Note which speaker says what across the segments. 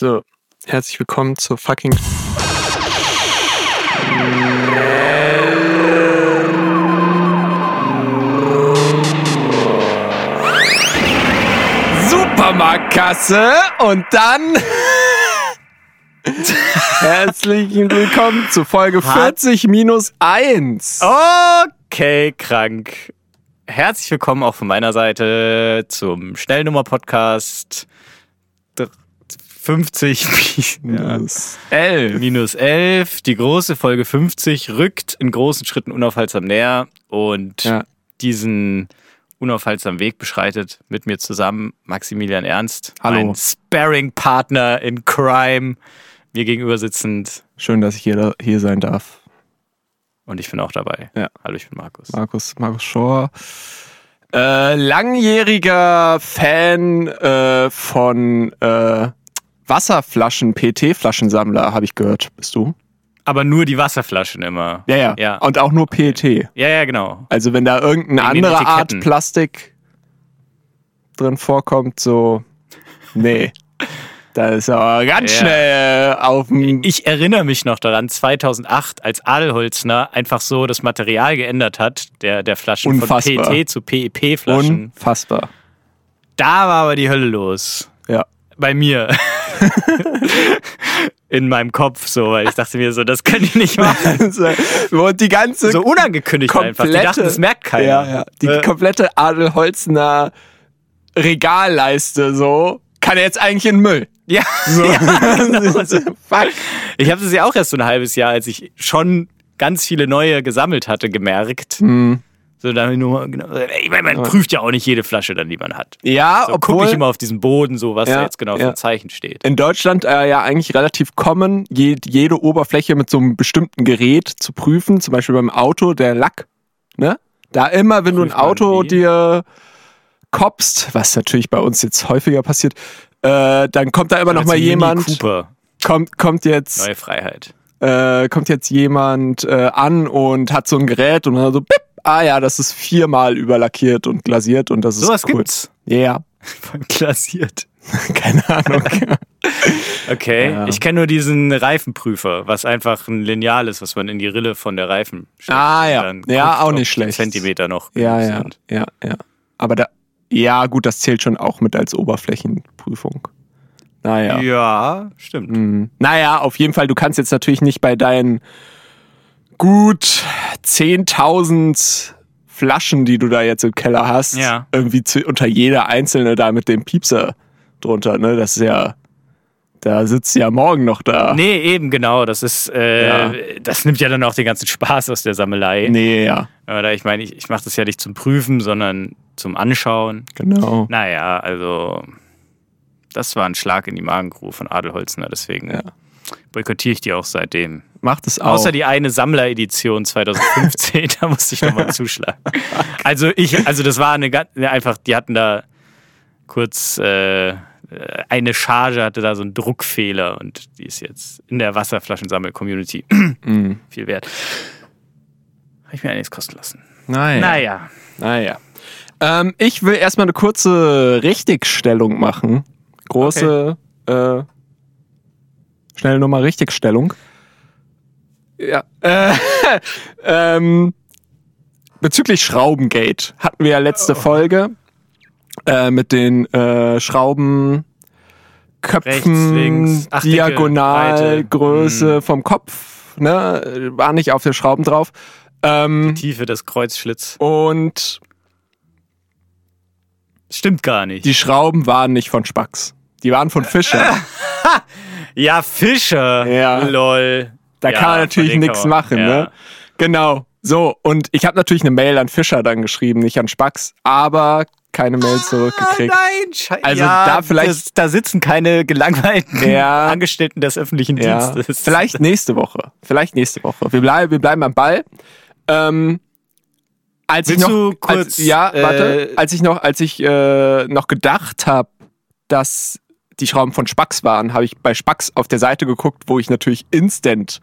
Speaker 1: So, herzlich willkommen zur fucking. Supermarktkasse und dann. Herzlich willkommen zu Folge
Speaker 2: Hat-
Speaker 1: 40 minus 1.
Speaker 2: Okay, krank. Herzlich willkommen auch von meiner Seite zum Schnellnummer-Podcast Dr- 50
Speaker 1: Minus.
Speaker 2: L minus 11. Die große Folge 50 rückt in großen Schritten unaufhaltsam näher und
Speaker 1: Ja.
Speaker 2: diesen unaufhaltsamen Weg beschreitet mit mir zusammen Maximilian Ernst,
Speaker 1: Hallo.
Speaker 2: mein Sparring-Partner in Crime, mir gegenüber sitzend
Speaker 1: Schön, dass ich hier, hier sein darf.
Speaker 2: und ich bin auch dabei.
Speaker 1: Ja.
Speaker 2: Hallo, ich bin Markus.
Speaker 1: Markus, Markus Schor. Äh, langjähriger Fan äh, von äh, Wasserflaschen, PET-Flaschensammler, habe ich gehört. Bist du?
Speaker 2: Aber nur die Wasserflaschen immer. Ja,
Speaker 1: Und auch nur PET.
Speaker 2: ja, ja genau.
Speaker 1: Also wenn da irgendeine
Speaker 2: Wegen den
Speaker 1: andere Art
Speaker 2: Etiketten.
Speaker 1: Plastik drin vorkommt, so nee. Da ist aber ganz
Speaker 2: Ja.
Speaker 1: schnell äh, auf dem
Speaker 2: Ich erinnere mich noch daran, 2008, als Adelholzner einfach so das Material geändert hat, der, der Flaschen
Speaker 1: Unfassbar.
Speaker 2: von PET zu PEP-Flaschen.
Speaker 1: Unfassbar.
Speaker 2: Da war aber die Hölle los.
Speaker 1: Ja.
Speaker 2: Bei mir. In meinem Kopf so, weil ich dachte mir so, das können die nicht machen.
Speaker 1: Und die ganze
Speaker 2: So unangekündigt einfach. Die dachten, das merkt keiner.
Speaker 1: Ja, ja. Die
Speaker 2: Äh,
Speaker 1: komplette Adelholzner Regalleiste so kann jetzt eigentlich in den Müll.
Speaker 2: ja.
Speaker 1: So.
Speaker 2: genau so.
Speaker 1: Fuck.
Speaker 2: Ich habe es ja auch erst so ein halbes Jahr, als ich schon ganz viele neue gesammelt hatte, gemerkt.
Speaker 1: Mhm.
Speaker 2: So, dann hab ich nur, genau, ich meine, man prüft ja auch nicht jede Flasche dann, die man hat.
Speaker 1: Ja,
Speaker 2: So, gucke ich
Speaker 1: obwohl
Speaker 2: immer auf diesen Boden, so was
Speaker 1: Ja,
Speaker 2: da jetzt genau für
Speaker 1: ja.
Speaker 2: ein Zeichen steht.
Speaker 1: in Deutschland äh, ja eigentlich relativ kommen, je, jede Oberfläche mit so einem bestimmten Gerät zu prüfen, zum Beispiel beim Auto, der Lack. Ne? Da immer, wenn du
Speaker 2: Prüft
Speaker 1: ein Auto
Speaker 2: man wie?
Speaker 1: dir kopst, was natürlich bei uns jetzt häufiger passiert, äh, dann kommt da immer noch
Speaker 2: Jetzt
Speaker 1: mal
Speaker 2: Mini
Speaker 1: jemand,
Speaker 2: Cooper,
Speaker 1: kommt, kommt jetzt
Speaker 2: neue Freiheit.
Speaker 1: äh, kommt jetzt jemand äh, an und hat so ein Gerät und dann so, bip, ah ja, das ist viermal überlackiert und glasiert und das ist
Speaker 2: Sowas
Speaker 1: cool.
Speaker 2: gibt's.
Speaker 1: Ja,
Speaker 2: Voll Glasiert.
Speaker 1: keine Ahnung.
Speaker 2: Okay,
Speaker 1: Ja.
Speaker 2: ich kenne nur diesen Reifenprüfer, was einfach ein Lineal ist, was man in die Rille von der Reifen steckt.
Speaker 1: Ah,
Speaker 2: und
Speaker 1: ja.
Speaker 2: dann
Speaker 1: Ja,
Speaker 2: guckt,
Speaker 1: auch
Speaker 2: ob
Speaker 1: nicht schlecht.
Speaker 2: Zentimeter noch.
Speaker 1: ja,
Speaker 2: genug
Speaker 1: ja,
Speaker 2: sind.
Speaker 1: ja, ja. Aber da, ja gut, das zählt schon auch mit als Oberflächenprüfung. Naja.
Speaker 2: Ja, ja stimmt.
Speaker 1: Mhm. Naja, auf jeden Fall, du kannst jetzt natürlich nicht bei deinen gut 10.000 Flaschen, die du da jetzt im Keller hast,
Speaker 2: Ja.
Speaker 1: irgendwie zu, unter jeder einzelne da mit dem Piepser drunter, ne? Das ist ja, da sitzt sie ja morgen noch da.
Speaker 2: Nee, eben genau. Das ist, äh,
Speaker 1: Ja.
Speaker 2: das nimmt ja dann auch den ganzen Spaß aus der Sammelei.
Speaker 1: Nee, ja,
Speaker 2: Aber da, ich meine, ich, ich mache das ja nicht zum Prüfen, sondern zum Anschauen.
Speaker 1: genau.
Speaker 2: Naja, also das war ein Schlag in die Magengrube von Adelholzner, deswegen
Speaker 1: Ja.
Speaker 2: boykottiere ich die auch seitdem.
Speaker 1: Macht es auch.
Speaker 2: Außer die eine Sammleredition 2015, da musste ich nochmal zuschlagen. Also ich, also das war eine ganz, ne, einfach, die hatten da kurz äh, eine Charge hatte da so einen Druckfehler und die ist jetzt in der Wasserflaschensammel-Community
Speaker 1: Mhm.
Speaker 2: viel wert. Habe ich mir einiges kosten lassen.
Speaker 1: Naja.
Speaker 2: Naja.
Speaker 1: Naja. Ähm, ich will erstmal eine kurze Richtigstellung machen. Große, äh, schnelle Nummer Richtigstellung. Ja. Äh, ähm, bezüglich Schraubengate hatten wir ja
Speaker 2: Oh.
Speaker 1: letzte Folge äh, mit den äh, Schrauben. Köpfen,
Speaker 2: Rechts, links, ach, dicke,
Speaker 1: Diagonal,
Speaker 2: Breite. Mhm.
Speaker 1: Größe vom Kopf, ne? War nicht auf den Schrauben drauf. Ähm,
Speaker 2: Tiefe des Kreuzschlitz.
Speaker 1: und
Speaker 2: Stimmt gar nicht.
Speaker 1: Die Schrauben waren nicht von Spax. Die waren von Fischer.
Speaker 2: Ja, Fischer.
Speaker 1: Ja.
Speaker 2: Lol.
Speaker 1: Da
Speaker 2: ja,
Speaker 1: kann man natürlich
Speaker 2: von denen
Speaker 1: nichts
Speaker 2: kann man-
Speaker 1: machen,
Speaker 2: ja.
Speaker 1: ne? Genau. So, und ich habe natürlich eine Mail an Fischer dann geschrieben, nicht an Spax, aber keine Mail
Speaker 2: Ah,
Speaker 1: zurückgekriegt.
Speaker 2: nein, scheiße.
Speaker 1: Also da vielleicht-
Speaker 2: Das, da sitzen keine gelangweilten
Speaker 1: Ja.
Speaker 2: Angestellten des öffentlichen
Speaker 1: ja.
Speaker 2: Dienstes.
Speaker 1: Vielleicht nächste Woche. Vielleicht nächste Woche. Wir bleiben, wir bleiben am Ball. Ähm, als
Speaker 2: Willst
Speaker 1: ich noch,
Speaker 2: du kurz,
Speaker 1: als, ja, warte,
Speaker 2: äh,
Speaker 1: als ich noch, als ich äh, noch gedacht habe, dass die Schrauben von Spax waren, habe ich bei Spax auf der Seite geguckt, wo ich natürlich instant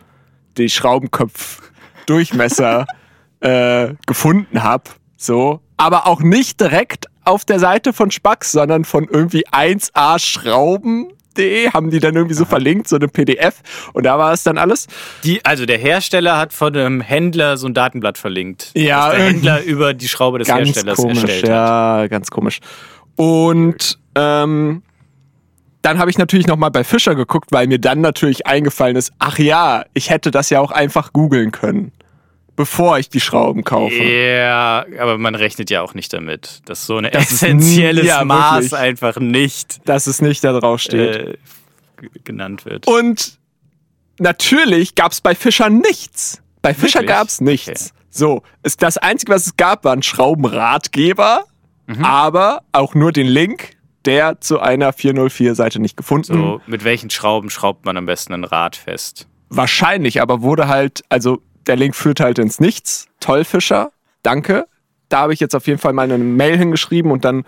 Speaker 1: die Schraubenkopf-Durchmesser äh, gefunden habe. So. Aber auch nicht direkt auf der Seite von Spax, sondern von irgendwie 1A Schrauben Trump.de haben die dann irgendwie so verlinkt, so eine PDF. Und da war es dann alles.
Speaker 2: Die, also der Hersteller hat von einem Händler so ein Datenblatt verlinkt.
Speaker 1: Ja,
Speaker 2: was der
Speaker 1: irgendwie
Speaker 2: Händler über die Schraube des
Speaker 1: Ganz
Speaker 2: Herstellers
Speaker 1: komisch,
Speaker 2: erstellt hat.
Speaker 1: ja, ganz komisch. Und ähm, dann habe ich natürlich nochmal bei Fischer geguckt, weil mir dann natürlich eingefallen ist, ach ja, ich hätte das ja auch einfach googeln können, bevor ich die Schrauben kaufe.
Speaker 2: Äh. Ja, aber man rechnet ja auch nicht damit, dass so ein essentielles
Speaker 1: ja,
Speaker 2: Maß
Speaker 1: wirklich.
Speaker 2: einfach nicht
Speaker 1: Dass es nicht da drauf steht.
Speaker 2: äh, g- genannt wird.
Speaker 1: Und natürlich gab es bei Fischer nichts. Bei Fischer
Speaker 2: Wirklich?
Speaker 1: gab es nichts. So, es, das Einzige, was es gab, war ein Schraubenratgeber,
Speaker 2: Mhm.
Speaker 1: aber auch nur den Link, der zu einer 404-Seite nicht gefunden
Speaker 2: so, mit welchen Schrauben schraubt man am besten ein Rad fest?
Speaker 1: Wahrscheinlich, aber wurde halt, also der Link führt halt ins Nichts. Toll, Fischer. Danke. Da habe ich jetzt auf jeden Fall mal eine Mail hingeschrieben und dann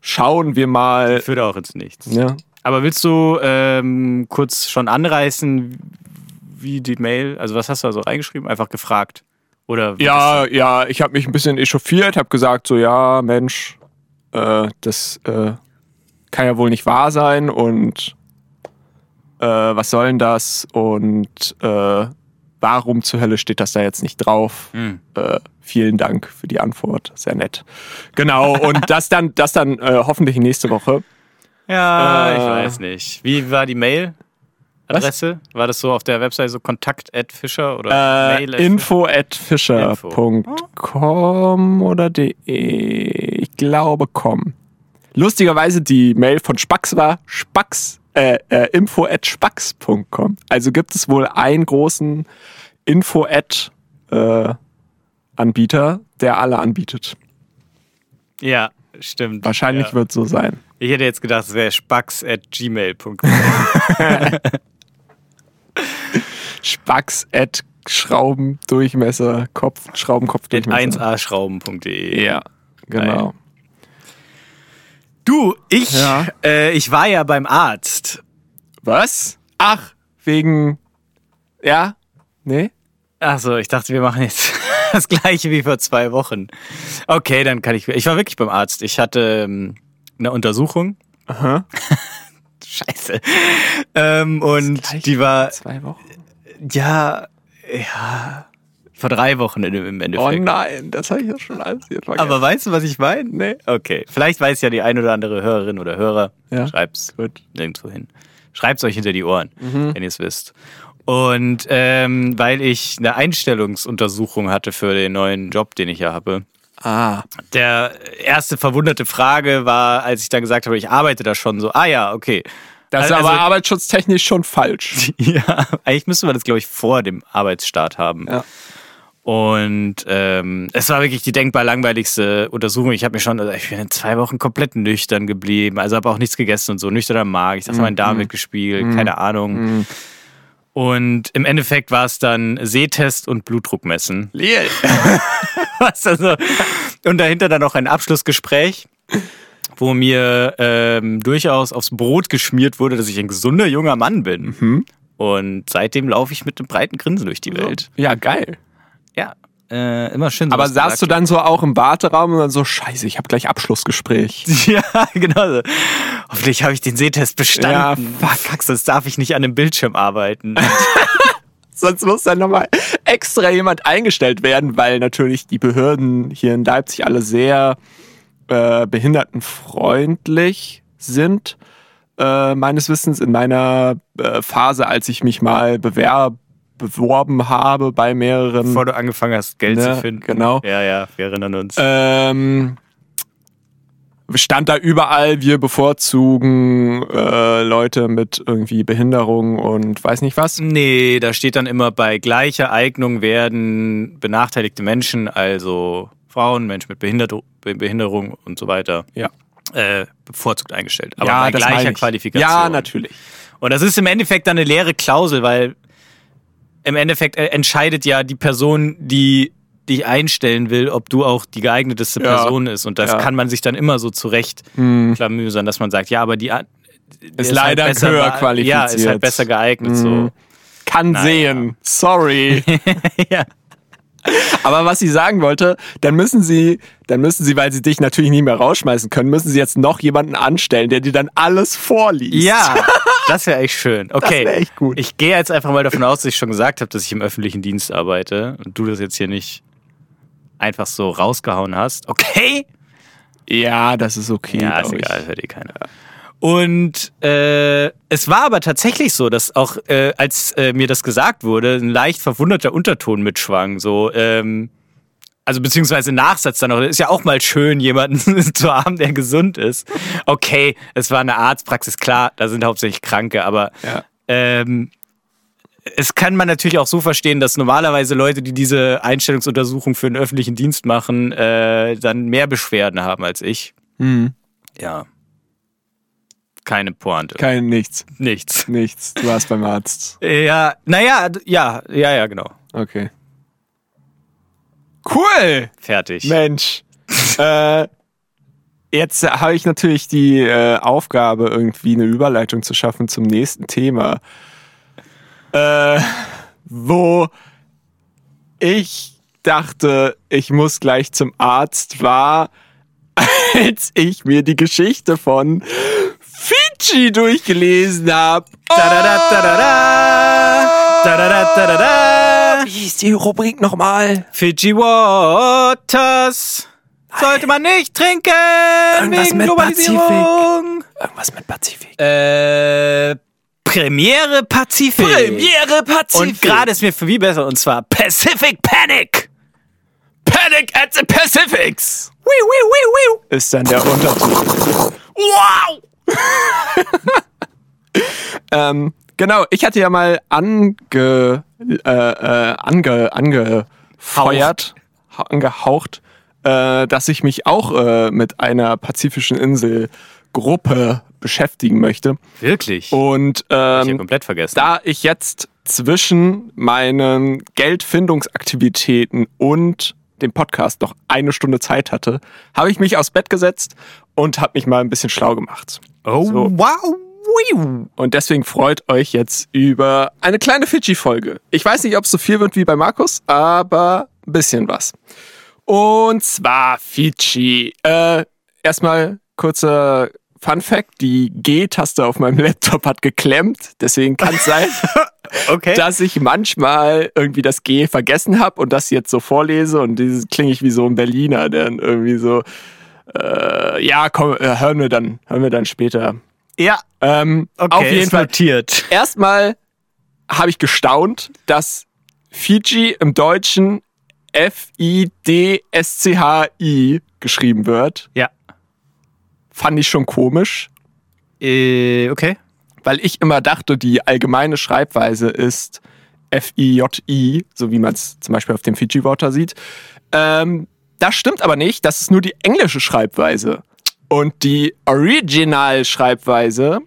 Speaker 1: schauen wir mal. ne?
Speaker 2: Führt auch ins Nichts.
Speaker 1: Ja.
Speaker 2: Aber willst du ähm, kurz schon anreißen, wie die Mail, also was hast du da so reingeschrieben? Einfach gefragt. Oder wie
Speaker 1: Ja, ja, ich habe mich ein bisschen echauffiert, habe gesagt, so ja, Mensch, äh, das äh, kann ja wohl nicht wahr sein und äh, was soll denn das und äh, warum zur Hölle steht das da jetzt nicht drauf?
Speaker 2: Hm.
Speaker 1: Äh, vielen Dank für die Antwort, sehr nett. Genau, und das dann, das dann äh, hoffentlich nächste Woche.
Speaker 2: Ja,
Speaker 1: Äh.
Speaker 2: ich weiß nicht. Wie war die Mail? Adresse? War das so auf der Webseite so kontakt at Fischer oder
Speaker 1: Äh,
Speaker 2: mail at
Speaker 1: info at fischer.com oder de. Ich glaube, com. Lustigerweise die Mail von Spax war Spax, äh, äh, info at spax.com. Also gibt es wohl einen großen info at äh, Anbieter, der alle anbietet.
Speaker 2: Fischer? Ja, stimmt.
Speaker 1: Wahrscheinlich
Speaker 2: ja.
Speaker 1: wird so sein.
Speaker 2: Ich hätte jetzt gedacht, es wäre spax at gmail.com.
Speaker 1: Spax at Schraubendurchmesser, Kopf,
Speaker 2: at
Speaker 1: Schraubenkopfdurchmesser.
Speaker 2: 1aschrauben.de.
Speaker 1: Ja, genau.
Speaker 2: Du, ich,
Speaker 1: Ja.
Speaker 2: äh, ich war ja beim Arzt.
Speaker 1: Was? Ach, wegen. Ja? Nee?
Speaker 2: Achso, ich dachte, wir machen jetzt das gleiche wie vor zwei Wochen. Okay, dann kann ich. Ich war wirklich beim Arzt. Ich hatte ähm, eine Untersuchung.
Speaker 1: Aha.
Speaker 2: Scheiße. Ähm,
Speaker 1: Gleiche
Speaker 2: und die war,
Speaker 1: Zwei Wochen.
Speaker 2: ja, ja, vor drei Wochen in- im
Speaker 1: Oh
Speaker 2: Endeffekt.
Speaker 1: nein, das habe ich ja schon alles hier vergessen.
Speaker 2: Aber weißt du, was ich meine?
Speaker 1: Nee.
Speaker 2: Okay, vielleicht weiß ja die ein oder andere Hörerin oder Hörer.
Speaker 1: Ja.
Speaker 2: Schreib's.
Speaker 1: Gut.
Speaker 2: nirgendwo hin. Schreibt euch hinter die Ohren, wenn ihr es wisst. Und ähm, weil ich eine Einstellungsuntersuchung hatte für den neuen Job, den ich ja habe.
Speaker 1: Ah.
Speaker 2: Der erste verwunderte Frage war, als ich dann gesagt habe, ich arbeite da schon so, ah ja, okay.
Speaker 1: Das ist
Speaker 2: Also-
Speaker 1: aber arbeitsschutztechnisch schon falsch.
Speaker 2: Ja, eigentlich müsste man das, glaube ich, vor dem Arbeitsstart haben.
Speaker 1: Ja.
Speaker 2: Und ähm, es war wirklich die denkbar langweiligste Untersuchung. Ich habe mich schon, also ich bin in zwei Wochen komplett nüchtern geblieben. Also habe auch nichts gegessen und so. Nüchterner Magen. Ich dachte, mein Darm wird gespiegelt. Keine Ahnung. Und im Endeffekt war es dann Sehtest und Blutdruck messen.
Speaker 1: Leel.
Speaker 2: Was also, und dahinter dann noch ein Abschlussgespräch, wo mir ähm, durchaus aufs Brot geschmiert wurde, dass ich ein gesunder junger Mann bin. Und seitdem laufe ich mit einem breiten Grinsen durch die Welt.
Speaker 1: Ja, geil.
Speaker 2: Ja, äh, immer schön.
Speaker 1: Aber
Speaker 2: sowas
Speaker 1: saßt du
Speaker 2: gesagt.
Speaker 1: dann so auch im Warteraum und dann so, scheiße, ich habe gleich Abschlussgespräch.
Speaker 2: Ja, genau. so. Hoffentlich habe ich den Sehtest bestanden. Ja, fuck, sonst darf ich nicht an dem Bildschirm arbeiten.
Speaker 1: Sonst muss dann nochmal extra jemand eingestellt werden, weil natürlich die Behörden hier in Leipzig alle sehr äh, behindertenfreundlich sind. Äh, meines Wissens in meiner äh, Phase, als ich mich mal bewerb beworben habe bei mehreren.
Speaker 2: Bevor du angefangen hast, Geld
Speaker 1: Ne,
Speaker 2: zu finden.
Speaker 1: genau.
Speaker 2: Ja, ja, wir erinnern uns.
Speaker 1: Ähm, stand da überall, wir bevorzugen äh, Leute mit irgendwie Behinderung und weiß nicht was.
Speaker 2: Nee, da steht dann immer bei gleicher Eignung werden benachteiligte Menschen, also Frauen, Menschen mit Behinderung, Behinderung und so weiter,
Speaker 1: Ja,
Speaker 2: äh, bevorzugt eingestellt. Aber
Speaker 1: ja
Speaker 2: bei
Speaker 1: meine
Speaker 2: gleicher
Speaker 1: ich.
Speaker 2: Qualifikation.
Speaker 1: Ja, natürlich.
Speaker 2: Und das ist im Endeffekt dann eine leere Klausel, weil im Endeffekt äh, entscheidet ja die Person, die dich einstellen will, ob du auch die geeigneteste
Speaker 1: Ja.
Speaker 2: Person ist. Und das
Speaker 1: Ja. Hm.
Speaker 2: kann man sich dann immer so zurecht klamüsern, dass man sagt, ja, aber die a- halt
Speaker 1: Ist leider
Speaker 2: besser
Speaker 1: höher
Speaker 2: bee- Ja,
Speaker 1: qualifiziert. Hm.
Speaker 2: ist halt besser geeignet. So.
Speaker 1: Kann sehen. Sorry.
Speaker 2: ja.
Speaker 1: Aber was sie sagen wollte, dann müssen sie, dann müssen sie, weil sie dich natürlich nicht mehr rausschmeißen können, müssen sie jetzt noch jemanden anstellen, der dir dann alles vorliest.
Speaker 2: Ja, das wäre echt schön. Okay,
Speaker 1: wär echt gut.
Speaker 2: ich gehe jetzt einfach mal davon aus, dass ich schon gesagt habe, dass ich im öffentlichen Dienst arbeite und du das jetzt hier nicht einfach so rausgehauen hast. Okay.
Speaker 1: Ja, das ist okay.
Speaker 2: Ja, ist
Speaker 1: glaub ich.
Speaker 2: egal, hört eh keiner. Und äh, es war aber tatsächlich so, dass auch äh, als äh, mir das gesagt wurde, ein leicht verwunderter Unterton mitschwang. So, ähm, also beziehungsweise Nachsatz dann noch. Ist ja auch mal schön, jemanden zu haben, der gesund ist. Okay, es war eine Arztpraxis, klar, da sind hauptsächlich Kranke, aber
Speaker 1: Ja.
Speaker 2: ähm, es kann man natürlich auch so verstehen, dass normalerweise Leute, die diese Einstellungsuntersuchung für den öffentlichen Dienst machen, äh, dann mehr Beschwerden haben als ich.
Speaker 1: Hm.
Speaker 2: Ja. Keine Pointe.
Speaker 1: Kein nichts,
Speaker 2: Nichts.
Speaker 1: nichts. Du warst beim Arzt.
Speaker 2: Ja, naja, d- ja, ja, ja, genau.
Speaker 1: Okay. Cool!
Speaker 2: Fertig.
Speaker 1: Mensch. äh, jetzt habe ich natürlich die äh, Aufgabe, irgendwie eine Überleitung zu schaffen zum nächsten Thema. Äh, wo ich dachte, ich muss gleich zum Arzt, war, als ich mir die Geschichte von Fiji durchgelesen habe.
Speaker 2: Da-da-da-da-da-da. Da-da-da-da-da-da.
Speaker 1: Wie hieß die Rubrik nochmal?
Speaker 2: Fiji Waters sollte man nicht trinken
Speaker 1: Irgendwas
Speaker 2: wegen
Speaker 1: mit
Speaker 2: Globalisierung.
Speaker 1: Irgendwas mit Pazifik.
Speaker 2: Äh, Premiere Pazifik.
Speaker 1: Pazifik.
Speaker 2: Und gerade ist mir für wie besser und zwar Pacific Panic.
Speaker 1: Panic at the Pacifics
Speaker 2: Wiu, wiu, wiu, wiu.
Speaker 1: ist dann der Untertitel.
Speaker 2: Wow.
Speaker 1: Ähm, genau, ich hatte ja mal ange, äh, äh, ange, angefeuert, ha- angehaucht, äh, dass ich mich auch äh, mit einer pazifischen Inselgruppe beschäftigen möchte.
Speaker 2: Wirklich?
Speaker 1: Und
Speaker 2: ich hab
Speaker 1: ähm,
Speaker 2: komplett vergessen.
Speaker 1: da ich jetzt zwischen meinen Geldfindungsaktivitäten und dem Podcast noch eine Stunde Zeit hatte, habe ich mich aufs Bett gesetzt und habe mich mal ein bisschen schlau gemacht.
Speaker 2: oh,
Speaker 1: so.
Speaker 2: wow. wiu.
Speaker 1: Und deswegen freut euch jetzt über eine kleine Fidschi-Folge. Ich weiß nicht, ob es so viel wird wie bei Markus, aber ein bisschen was. Und zwar Fidschi. Äh, erstmal kurzer Fun Fact: Die G-Taste auf meinem Laptop hat geklemmt. Deswegen kann es sein,
Speaker 2: Okay.
Speaker 1: dass ich manchmal irgendwie das G vergessen habe und das jetzt so vorlese und dieses klinge ich wie so ein Berliner, der dann irgendwie so, äh, ja, komm, äh, hören wir dann, hören wir dann später.
Speaker 2: ja,
Speaker 1: Ähm,
Speaker 2: okay,
Speaker 1: auf jeden
Speaker 2: ist
Speaker 1: Fall.
Speaker 2: notiert.
Speaker 1: Erstmal habe ich gestaunt, dass Fiji im Deutschen F-I-D-S-C-H-I geschrieben wird.
Speaker 2: Ja.
Speaker 1: Fand ich schon komisch,
Speaker 2: Äh, okay.
Speaker 1: weil ich immer dachte, die allgemeine Schreibweise ist F-I-J-I, so wie man es zum Beispiel auf dem Fiji-Water sieht. Ähm, das stimmt aber nicht, das ist nur die englische Schreibweise. Und die Original-Schreibweise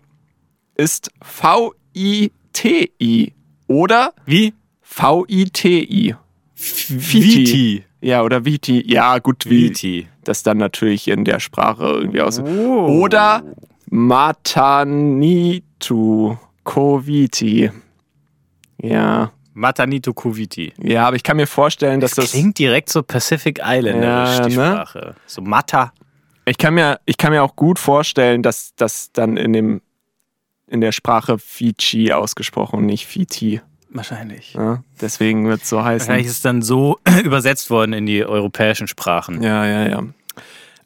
Speaker 1: ist V-I-T-I oder
Speaker 2: Wie?
Speaker 1: V-I-T-I.
Speaker 2: Viti.
Speaker 1: Ja, oder Viti. Ja, gut, wie
Speaker 2: Viti.
Speaker 1: das dann natürlich in der Sprache irgendwie aus.
Speaker 2: Oh.
Speaker 1: Oder Matanitu Koviti. Ja,
Speaker 2: Matanito Kuviti.
Speaker 1: ja, aber ich kann mir vorstellen, dass
Speaker 2: Das,
Speaker 1: das.
Speaker 2: klingt direkt so Pacific Islanderisch,
Speaker 1: Ja,
Speaker 2: die
Speaker 1: ne?
Speaker 2: Sprache. So Mata.
Speaker 1: Ich kann mir, ich kann mir auch gut vorstellen, dass das dann in dem in der Sprache Fiji ausgesprochen, nicht Fiti.
Speaker 2: Wahrscheinlich.
Speaker 1: Ja? Deswegen wird es so heißen.
Speaker 2: Wahrscheinlich ist es dann so übersetzt worden in die europäischen Sprachen.
Speaker 1: Ja, ja, ja.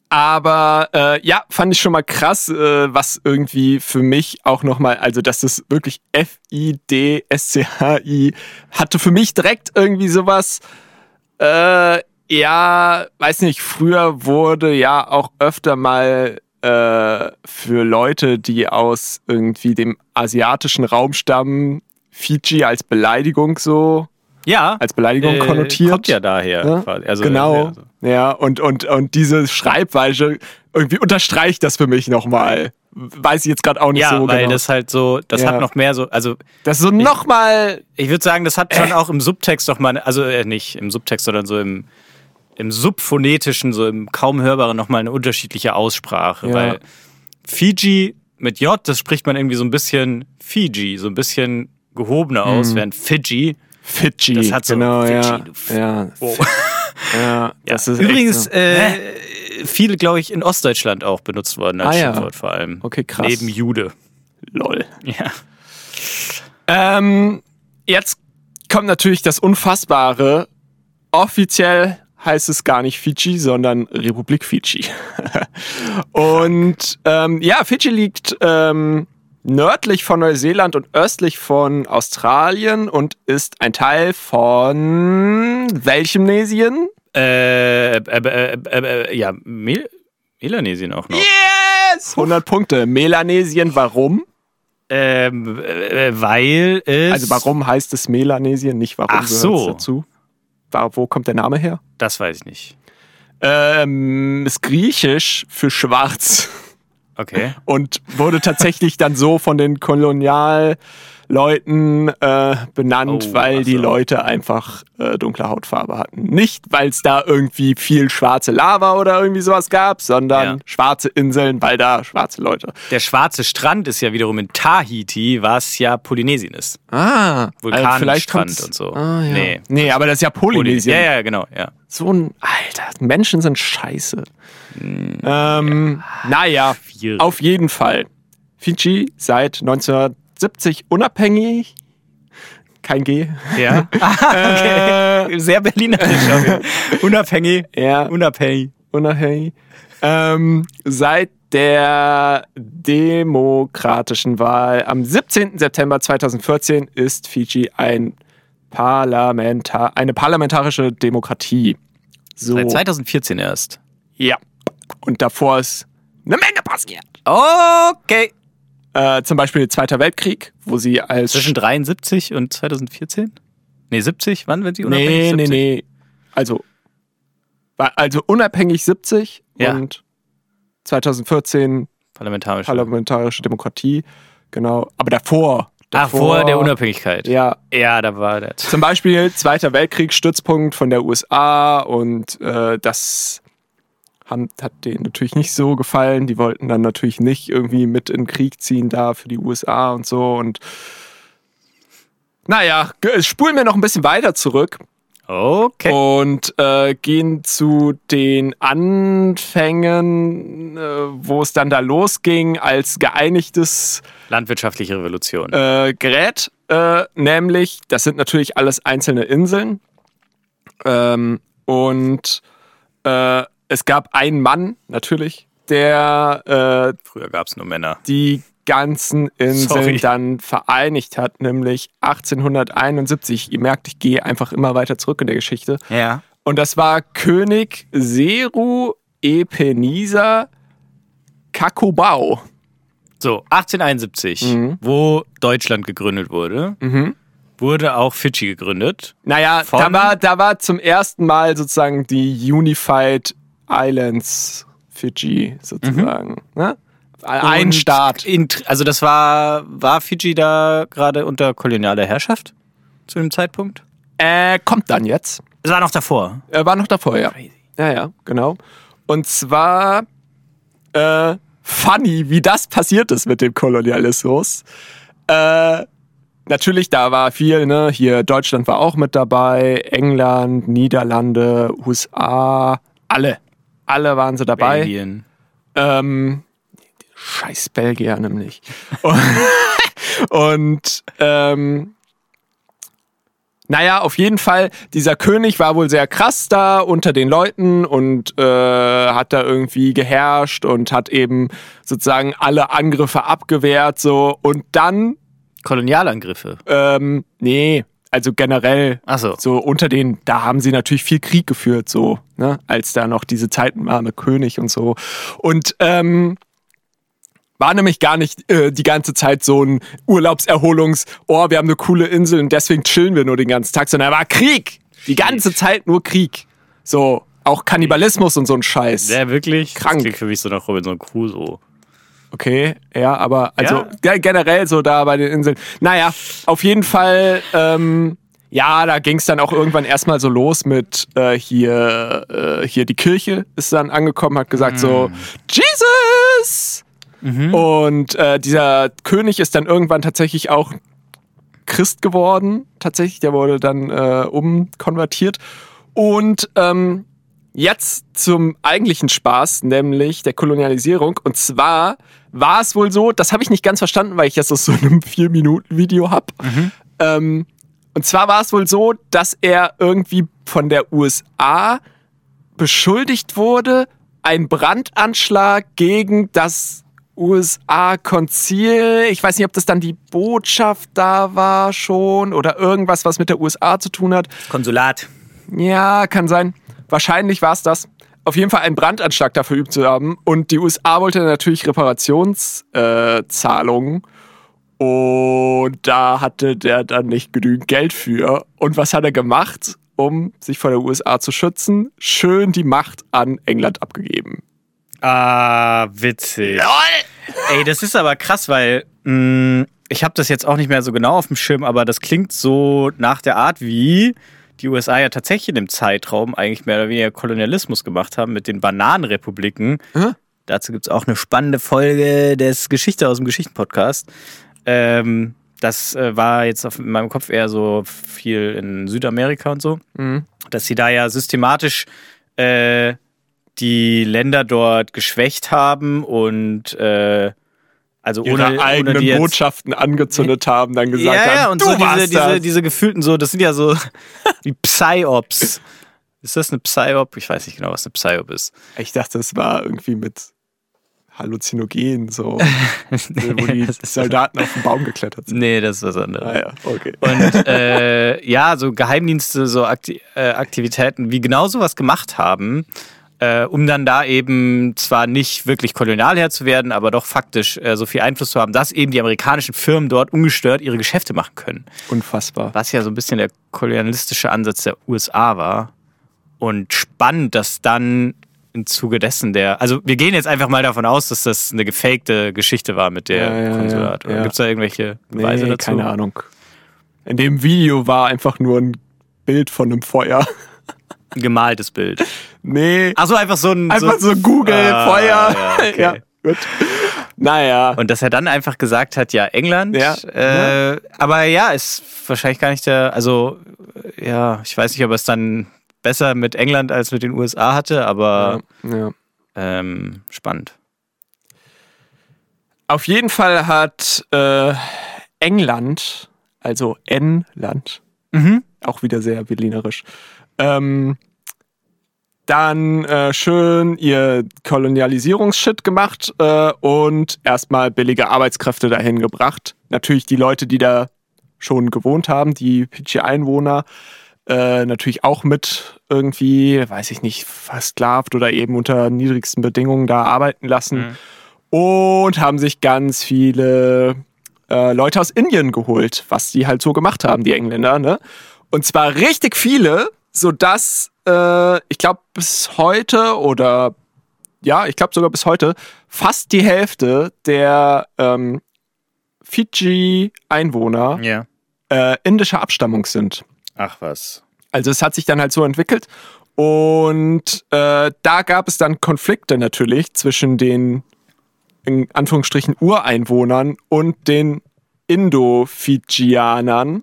Speaker 1: Aber äh, ja, fand ich schon mal krass, äh, was irgendwie für mich auch nochmal, also dass das wirklich F-I-D-S-C-H-I hatte für mich direkt irgendwie sowas, äh, ja, weiß nicht, früher wurde ja auch öfter mal äh, für Leute, die aus irgendwie dem asiatischen Raum stammen, Fiji als Beleidigung so,
Speaker 2: Ja.
Speaker 1: als Beleidigung
Speaker 2: äh,
Speaker 1: konnotiert.
Speaker 2: Kommt ja daher.
Speaker 1: Ja,
Speaker 2: quasi. Also,
Speaker 1: genau.
Speaker 2: ja, so.
Speaker 1: Ja, und, und, und diese Schreibweise irgendwie unterstreicht das für mich nochmal. Weiß ich jetzt gerade auch nicht
Speaker 2: ja
Speaker 1: so
Speaker 2: weil
Speaker 1: genau.
Speaker 2: das halt so, das
Speaker 1: Ja.
Speaker 2: hat noch mehr so, also
Speaker 1: das so nochmal.
Speaker 2: ich würde sagen, das
Speaker 1: Äh.
Speaker 2: hat schon auch im Subtext noch mal, also äh, nicht im Subtext, sondern so im, im subphonetischen, so im kaum hörbaren noch mal eine unterschiedliche Aussprache,
Speaker 1: Ja.
Speaker 2: weil Fiji mit
Speaker 1: Mhm.
Speaker 2: J, das spricht man irgendwie so ein bisschen Fiji, so ein bisschen gehobener aus, während Fiji
Speaker 1: Fidschi.
Speaker 2: Das hat so
Speaker 1: genau,
Speaker 2: Fidschi,
Speaker 1: ja.
Speaker 2: du F-
Speaker 1: ja.
Speaker 2: Wow.
Speaker 1: ja, das ist echt
Speaker 2: Übrigens,
Speaker 1: so.
Speaker 2: äh, viel, glaube ich, in Ostdeutschland auch benutzt worden als
Speaker 1: Ah, ja.
Speaker 2: Schimpfwort vor allem.
Speaker 1: Okay, krass.
Speaker 2: Neben Jude.
Speaker 1: lol.
Speaker 2: Ja.
Speaker 1: Ähm, jetzt kommt natürlich das Unfassbare. Offiziell heißt es gar nicht Fidschi, sondern Republik Fidschi. und ähm, ja, Fidschi liegt ähm, nördlich von Neuseeland und östlich von Australien und ist ein Teil von welchem Nesien?
Speaker 2: Äh, äh, äh, äh, äh, ja, Mel Melanesien auch noch.
Speaker 1: Yes! 100 Punkte. Melanesien, warum?
Speaker 2: Ähm, äh, weil es.
Speaker 1: Also warum heißt es Melanesien, nicht warum
Speaker 2: Ach
Speaker 1: gehört's
Speaker 2: so.
Speaker 1: dazu? Da, wo kommt der Name her?
Speaker 2: Das weiß ich nicht.
Speaker 1: ähm, ist griechisch für schwarz
Speaker 2: Okay.
Speaker 1: und wurde tatsächlich dann so von den Kolonialleuten äh, benannt,
Speaker 2: Oh,
Speaker 1: weil
Speaker 2: ach
Speaker 1: die
Speaker 2: so.
Speaker 1: Leute einfach äh, dunkle Hautfarbe hatten. Nicht, weil es da irgendwie viel schwarze Lava oder irgendwie sowas gab, sondern
Speaker 2: Ja.
Speaker 1: schwarze Inseln, weil da schwarze Leute.
Speaker 2: Der schwarze Strand ist ja wiederum in Tahiti, was ja Polynesien ist.
Speaker 1: Ah,
Speaker 2: Vulkanstrand
Speaker 1: vielleicht kommt's-
Speaker 2: und so.
Speaker 1: Ah, ja. nee.
Speaker 2: Nee.
Speaker 1: nee, aber das ist ja Polynesien.
Speaker 2: Ja, ja, genau. Ja.
Speaker 1: So ein, Alter, Menschen sind scheiße. Ähm, naja,
Speaker 2: Schwierig.
Speaker 1: auf jeden Fall. Fidschi seit 1970 unabhängig. Kein G.
Speaker 2: ja. Ah, okay. Sehr berlinerisch. Okay. Unabhängig.
Speaker 1: Ja,
Speaker 2: Unabhängig.
Speaker 1: unabhängig. Ähm, seit der demokratischen Wahl am 17. September 2014 ist Fidschi ein Parlamentar eine parlamentarische Demokratie. So.
Speaker 2: Seit 2014 erst.
Speaker 1: Ja. Und davor ist eine Menge passiert.
Speaker 2: Okay.
Speaker 1: Äh, zum Beispiel Zweiter Weltkrieg, wo sie als.
Speaker 2: Zwischen 73 und 2014? Nee, 70? Wann wird die
Speaker 1: nee,
Speaker 2: unabhängig?
Speaker 1: nee,
Speaker 2: 70?
Speaker 1: nee. Also, war- also unabhängig 70
Speaker 2: Ja.
Speaker 1: und 2014
Speaker 2: Parlamentarisch.
Speaker 1: parlamentarische Demokratie. Genau. Aber davor.
Speaker 2: Ah, vor der Unabhängigkeit.
Speaker 1: Ja.
Speaker 2: Ja, da war das.
Speaker 1: Zum Beispiel Zweiter Weltkrieg, Stützpunkt von der USA und äh, das haben, hat denen natürlich nicht so gefallen. Die wollten dann natürlich nicht irgendwie mit in den Krieg ziehen da für die USA und so und naja, ge- spulen wir noch ein bisschen weiter zurück
Speaker 2: Okay.
Speaker 1: und äh, gehen zu den Anfängen, äh, wo es dann da losging als geeinigtes
Speaker 2: Landwirtschaftliche Revolution.
Speaker 1: äh, Gerät, äh, nämlich, das sind natürlich alles einzelne Inseln. Ähm, und äh, es gab einen Mann, natürlich, der äh,
Speaker 2: Früher gab es nur Männer.
Speaker 1: die ganzen Inseln
Speaker 2: Sorry.
Speaker 1: dann vereinigt hat, nämlich 1871. Ihr merkt, ich gehe einfach immer weiter zurück in der Geschichte.
Speaker 2: Ja.
Speaker 1: Und das war König Seru Epenisa Kakobau.
Speaker 2: So, 1871, wo Deutschland gegründet wurde, wurde auch Fidschi gegründet.
Speaker 1: Naja,
Speaker 2: Von-
Speaker 1: da war, da war zum ersten Mal sozusagen die Unified Islands Fidschi sozusagen. Ne? Ein
Speaker 2: Und
Speaker 1: Staat.
Speaker 2: In, also das war, war Fidschi da gerade unter kolonialer Herrschaft zu dem Zeitpunkt?
Speaker 1: Äh, kommt dann jetzt.
Speaker 2: Es war noch davor.
Speaker 1: Äh, war noch davor, ja. Ja, ja, genau. Und zwar äh, funny, wie das passiert ist mit dem Kolonialismus. Äh, natürlich, da war viel, ne? Hier Deutschland war auch mit dabei, England, Niederlande, USA, alle. Alle waren sie dabei.
Speaker 2: Belgien.
Speaker 1: Ähm, scheiß Belgier nämlich. Und ähm, naja, auf jeden Fall, dieser König war wohl sehr krass da unter den Leuten und äh, hat da irgendwie geherrscht und hat eben sozusagen alle Angriffe abgewehrt so und dann,
Speaker 2: Kolonialangriffe.
Speaker 1: ähm, nee, also generell
Speaker 2: Achso.
Speaker 1: so unter den, da haben sie natürlich viel Krieg geführt, so, ne? als da noch diese Zeiten war mit König und so. Und ähm, war nämlich gar nicht äh, die ganze Zeit so ein Urlaubserholungs, oh, wir haben eine coole Insel und deswegen chillen wir nur den ganzen Tag, sondern war Krieg. Die ganze Zeit nur Krieg. So, auch Kannibalismus und so ein Scheiß.
Speaker 2: Ja, wirklich?
Speaker 1: Krank.
Speaker 2: Das klingt für mich so nach Robinson Crusoe.
Speaker 1: Okay, ja, aber also
Speaker 2: Ja.
Speaker 1: ge- generell so da bei den Inseln. Naja, auf jeden Fall, ähm, ja, da ging es dann auch irgendwann erstmal so los mit äh, hier, äh, hier die Kirche ist dann angekommen, hat gesagt so, Jesus! Und äh, dieser König ist dann irgendwann tatsächlich auch Christ geworden, tatsächlich. Der wurde dann äh, umkonvertiert. Und ähm, jetzt zum eigentlichen Spaß, nämlich der Kolonialisierung. Und zwar war es wohl so, das habe ich nicht ganz verstanden, weil ich jetzt aus so einem vier minuten video habe. Ähm, und zwar war es wohl so, dass er irgendwie von der USA beschuldigt wurde, ein Brandanschlag gegen das USA-Konzil. Ich weiß nicht, ob das dann die Botschaft da war schon oder irgendwas, was mit der USA zu tun hat.
Speaker 3: Konsulat.
Speaker 1: Ja, kann sein. Wahrscheinlich war es das. Auf jeden Fall einen Brandanschlag dafür übt zu haben. Und die USA wollte natürlich Reparationszahlungen. Äh, Zahlungen. und da hatte der dann nicht genügend Geld für. Und was hat er gemacht, um sich vor der USA zu schützen? Schön die Macht an England abgegeben.
Speaker 2: Ah, witzig. Ey, das ist aber krass, weil mh, ich habe das jetzt auch nicht mehr so genau auf dem Schirm, aber das klingt so nach der Art, wie die USA ja tatsächlich in dem Zeitraum eigentlich mehr oder weniger Kolonialismus gemacht haben mit den Bananenrepubliken. Dazu gibt es auch eine spannende Folge des Geschichte aus dem Geschichten-Podcast. Ähm, das äh, war jetzt auf, in meinem Kopf eher so viel in Südamerika und so, dass sie da ja systematisch äh, die Länder dort geschwächt haben und äh, also
Speaker 1: Ihre
Speaker 2: ohne, ohne
Speaker 1: eigenen
Speaker 2: die jetzt,
Speaker 1: Botschaften angezündet haben, dann gesagt
Speaker 2: ja,
Speaker 1: haben,
Speaker 2: ja, und
Speaker 1: du
Speaker 2: so diese,
Speaker 1: warst
Speaker 2: diese,
Speaker 1: das.
Speaker 2: diese gefühlten so, das sind ja so die Psyops. Ist das eine Psyop? Ich weiß nicht genau, was eine Psyop ist.
Speaker 1: Ich dachte, es war irgendwie mit Halluzinogen, so, wo die
Speaker 2: das ist-
Speaker 1: Soldaten auf den Baum geklettert sind.
Speaker 2: Nee, das ist was anderes.
Speaker 1: Ah ja, okay.
Speaker 2: Und äh, ja, so Geheimdienste, so Akti äh, Aktivitäten, wie genau sowas gemacht haben, äh, um dann da eben zwar nicht wirklich kolonialherr zu werden, aber doch faktisch äh, so viel Einfluss zu haben, dass eben die amerikanischen Firmen dort ungestört ihre Geschäfte machen können.
Speaker 1: Unfassbar.
Speaker 2: was ja so ein bisschen der kolonialistische Ansatz der USA war. Und spannend, dass dann im Zuge dessen der. Also, wir gehen jetzt einfach mal davon aus, dass das eine gefakte Geschichte war mit der
Speaker 1: Ja, ja, ja,
Speaker 2: Konsulat. Oder
Speaker 1: ja.
Speaker 2: gibt es da irgendwelche
Speaker 1: Nee,
Speaker 2: Beweise dazu?
Speaker 1: keine Ahnung. In dem Video war einfach nur ein Bild von einem Feuer.
Speaker 2: Ein gemaltes Bild.
Speaker 1: Nee,
Speaker 2: Achso, Also einfach so ein.
Speaker 1: einfach so Google,
Speaker 2: Ah,
Speaker 1: Feuer.
Speaker 2: ja,
Speaker 1: Ja,
Speaker 2: okay.
Speaker 1: gut. Naja,
Speaker 2: Und dass er dann einfach gesagt hat, ja, England.
Speaker 1: Ja.
Speaker 2: Äh, Aber ja, ist wahrscheinlich gar nicht der. Also, äh, ja, ich weiß nicht, ob er es dann besser mit England als mit den USA hatte, aber
Speaker 1: ja.
Speaker 2: ähm, spannend.
Speaker 1: Auf jeden Fall hat äh, England, also N-Land, auch wieder sehr berlinerisch, ähm, dann äh, schön ihr Kolonialisierungsshit gemacht äh, und erstmal billige Arbeitskräfte dahin gebracht. Natürlich die Leute, die da schon gewohnt haben, die Pidschi-Einwohner, äh, natürlich auch mit irgendwie, weiß ich nicht, versklavt oder eben unter niedrigsten Bedingungen da arbeiten lassen und haben sich ganz viele äh, Leute aus Indien geholt, was die halt so gemacht haben, die Engländer. Ne? Und zwar richtig viele, sodass äh, ich glaube bis heute oder ja, ich glaube sogar bis heute fast die Hälfte der ähm, Fidschi-Einwohner
Speaker 2: Ja.
Speaker 1: äh, indischer Abstammung sind.
Speaker 2: Ach was.
Speaker 1: Also es hat sich dann halt so entwickelt. Und äh, da gab es dann Konflikte natürlich zwischen den in Anführungsstrichen Ureinwohnern und den Indo-Fidschianern.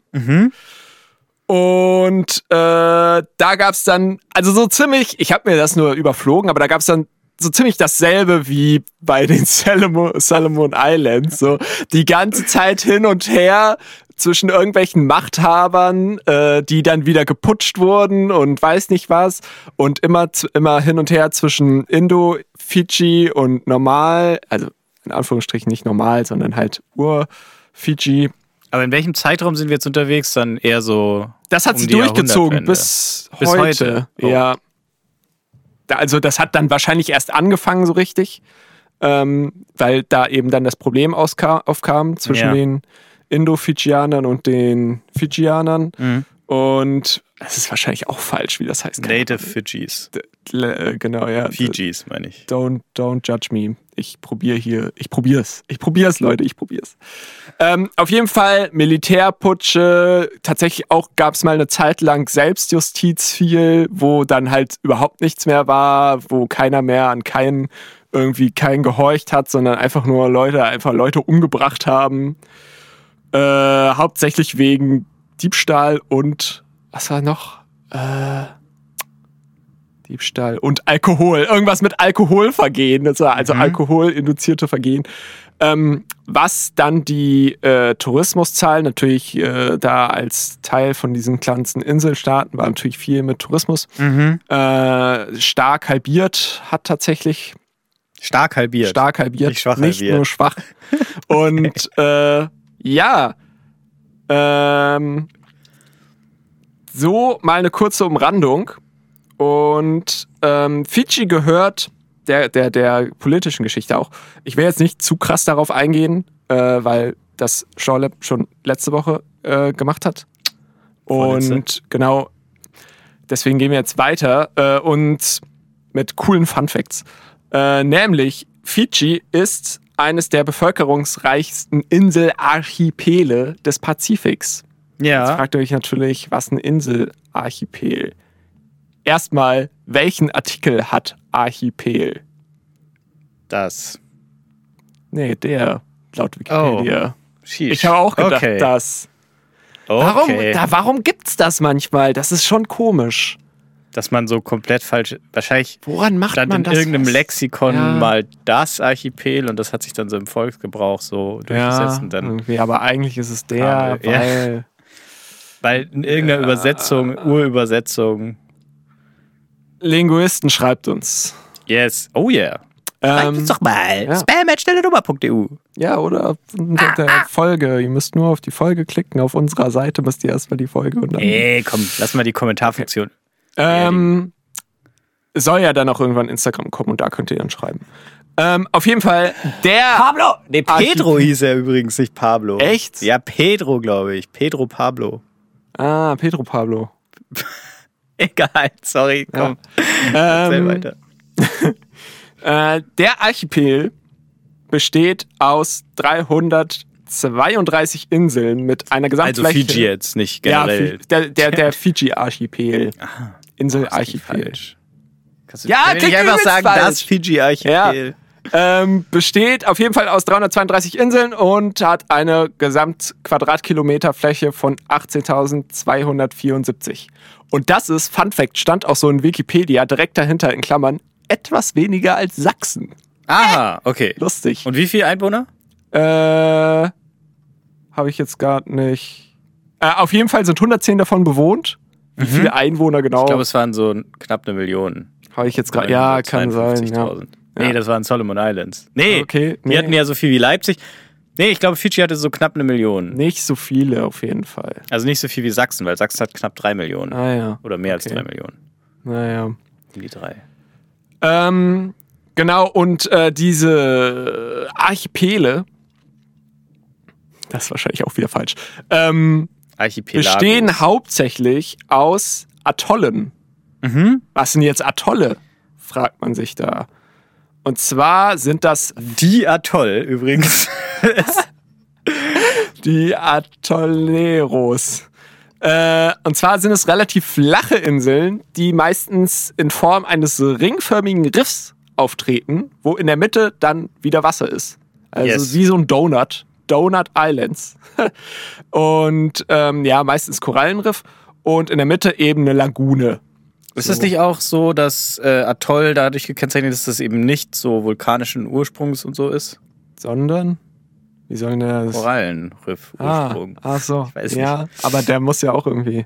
Speaker 1: Und äh, da gab es dann, also so ziemlich, ich habe mir das nur überflogen, aber da gab es dann so ziemlich dasselbe wie bei den Salomon, Salomon Islands. So die ganze Zeit hin und her zwischen irgendwelchen Machthabern, äh, die dann wieder geputscht wurden und weiß nicht was. Und immer, z- immer hin und her zwischen Indo, Fidschi und normal, also in Anführungsstrichen nicht normal, sondern halt Ur-Fidschi.
Speaker 2: Aber in welchem Zeitraum sind wir jetzt unterwegs? Dann eher so.
Speaker 1: Das hat
Speaker 2: um
Speaker 1: sie
Speaker 2: die
Speaker 1: durchgezogen
Speaker 2: Jahrhundertwende.
Speaker 1: bis,
Speaker 2: Bis
Speaker 1: heute.
Speaker 2: heute. Oh.
Speaker 1: Ja. Da- Also das hat dann wahrscheinlich erst angefangen so richtig, ähm, weil da eben dann das Problem auska- aufkam zwischen
Speaker 2: Ja.
Speaker 1: den Indo-Fidschianern und den Fidschianern.
Speaker 2: Mhm.
Speaker 1: Und es ist wahrscheinlich auch falsch, wie das heißt. Keine
Speaker 2: Native Fidschis.
Speaker 1: Ahnung. Äh, Genau, ja.
Speaker 2: Fidschis, meine ich.
Speaker 1: Don't, don't judge me. Ich probiere hier, ich probier's. Ich probier's, Leute, ich probier's. Ähm, auf jeden Fall Militärputsche. Tatsächlich auch gab's mal eine Zeit lang Selbstjustiz viel, wo dann halt überhaupt nichts mehr war, wo keiner mehr an keinen irgendwie keinen gehorcht hat, sondern einfach nur Leute, einfach Leute umgebracht haben. Äh, hauptsächlich wegen Diebstahl und was war noch? Äh, Diebstahl und Alkohol. Irgendwas mit Alkoholvergehen, das war also
Speaker 4: Mhm.
Speaker 1: alkoholinduzierte Vergehen. Ähm, was dann die äh, Tourismuszahlen natürlich äh, da als Teil von diesen ganzen Inselstaaten war natürlich viel mit Tourismus
Speaker 4: Mhm.
Speaker 1: äh, stark halbiert hat tatsächlich
Speaker 4: Stark halbiert.
Speaker 1: stark halbiert,
Speaker 2: Nicht schwach halbiert.
Speaker 1: nur schwach. Und äh, ja, ähm, so mal eine kurze Umrandung. Und ähm, Fidschi gehört der, der, der politischen Geschichte auch. Ich will jetzt nicht zu krass darauf eingehen, äh, weil das Schorleb schon letzte Woche äh, gemacht hat. Und
Speaker 4: Vorletzte.
Speaker 1: genau, deswegen gehen wir jetzt weiter äh, und mit coolen Fun Facts. Äh, nämlich, Fidschi ist eines der bevölkerungsreichsten Inselarchipele des Pazifiks.
Speaker 2: Ah.
Speaker 1: Jetzt
Speaker 4: Ja.
Speaker 1: fragt ihr euch natürlich, was ein Inselarchipel? Erstmal, welchen Artikel hat Archipel?
Speaker 2: Das.
Speaker 1: Nee, der laut Wikipedia.
Speaker 2: Sheesh.
Speaker 1: Ich habe auch gedacht,
Speaker 2: Oh. okay.
Speaker 1: dass. Warum,
Speaker 2: Okay.
Speaker 1: da, warum gibt's das manchmal? Das ist schon komisch.
Speaker 2: Dass man so komplett falsch. Wahrscheinlich
Speaker 1: Woran macht
Speaker 2: stand
Speaker 1: man
Speaker 2: in
Speaker 1: das?
Speaker 2: irgendeinem
Speaker 1: fest?
Speaker 2: Lexikon
Speaker 1: Ja.
Speaker 2: mal das Archipel und das hat sich dann so im Volksgebrauch so durchgesetzt.
Speaker 1: Ja,
Speaker 2: Und dann,
Speaker 1: irgendwie, aber eigentlich ist es der,
Speaker 2: Ah, ja.
Speaker 1: weil.
Speaker 2: weil in irgendeiner Übersetzung, Urübersetzung.
Speaker 1: Linguisten schreibt uns.
Speaker 2: Yes. Oh yeah. Schreibt
Speaker 1: Ähm,
Speaker 2: es doch Ah, mal.
Speaker 1: ja.
Speaker 2: Spam@stellenummer.eu.
Speaker 1: ja, oder unter der Folge. Ihr müsst nur auf die Folge klicken. Auf unserer Seite müsst ihr erstmal die Folge und dann.
Speaker 2: Ey, komm, lass mal die Kommentarfunktion.
Speaker 1: Ähm, soll ja dann auch irgendwann Instagram kommen und da könnt ihr dann schreiben. Ähm, auf jeden Fall, der.
Speaker 2: Pablo! Nee, Pedro hieß er übrigens, nicht Pablo.
Speaker 1: Echt?
Speaker 2: Ja, Pedro, glaube ich. Pedro Pablo.
Speaker 1: Ah, Pedro Pablo.
Speaker 2: Egal, sorry, komm, erzähl
Speaker 1: Ähm,
Speaker 2: weiter.
Speaker 1: äh, der Archipel besteht aus 332 Inseln mit einer
Speaker 2: Also
Speaker 1: Gesamtfläche.
Speaker 2: Fiji jetzt, nicht
Speaker 1: Ja,
Speaker 2: generell.
Speaker 1: Fi- der, der, der Fiji-Archipel. Inselarchipel.
Speaker 2: Falsch. Kannst du
Speaker 1: Ja,
Speaker 2: kann ich
Speaker 1: klingt
Speaker 2: nicht einfach
Speaker 1: übelst
Speaker 2: sagen,
Speaker 1: falsch.
Speaker 2: das Fiji-Archipel.
Speaker 1: Ähm, besteht auf jeden Fall aus 332 Inseln und hat eine Gesamtquadratkilometerfläche von 18.274. Und das ist, Fun Fact, stand auch so in Wikipedia direkt dahinter in Klammern, etwas weniger als Sachsen.
Speaker 2: Aha, okay.
Speaker 1: Lustig.
Speaker 2: Und wie viele Einwohner?
Speaker 1: Äh, habe ich jetzt gar nicht. Äh, auf jeden Fall sind 110 davon bewohnt. Wie viele Einwohner genau?
Speaker 2: Mhm. Ich glaube, es waren so knapp eine Million.
Speaker 1: Habe ich jetzt gerade. Ja, kann sein. Ja.
Speaker 2: 52.000. Nee, das waren Solomon Islands. Nee,
Speaker 1: Okay, nee.
Speaker 2: die hatten ja so viel wie Leipzig. Nee, ich glaube, Fiji hatte so knapp eine Million.
Speaker 1: Nicht so viele auf jeden Fall.
Speaker 2: Also nicht so viel wie Sachsen, weil Sachsen hat knapp drei Millionen.
Speaker 1: Naja,
Speaker 2: Oder mehr
Speaker 1: Ah, Okay.
Speaker 2: als drei Millionen.
Speaker 1: naja.
Speaker 2: Um die drei.
Speaker 1: Ähm, genau, und äh, diese Archipele, das ist wahrscheinlich auch wieder falsch, ähm,
Speaker 2: Archipelagos.
Speaker 1: bestehen hauptsächlich aus Atollen.
Speaker 2: Mhm.
Speaker 1: Was sind jetzt Atolle? fragt man sich da. Und zwar sind das
Speaker 2: Die Atoll übrigens.
Speaker 1: die Atolleros. Äh, und zwar sind es relativ flache Inseln, die meistens in Form eines ringförmigen Riffs auftreten, wo in der Mitte dann wieder Wasser ist. Also
Speaker 2: Yes.
Speaker 1: wie so ein Donut. Donut Islands. und ähm, ja, meistens Korallenriff und in der Mitte eben eine Lagune.
Speaker 2: Ist es nicht auch so, dass äh, Atoll dadurch gekennzeichnet ist, dass es eben nicht so vulkanischen Ursprungs und so ist?
Speaker 1: Sondern? Wie soll denn das?
Speaker 2: Korallenriff
Speaker 1: Ah,
Speaker 2: Ursprung.
Speaker 1: ach so.
Speaker 2: Ich weiß
Speaker 1: ja, aber der muss ja auch irgendwie.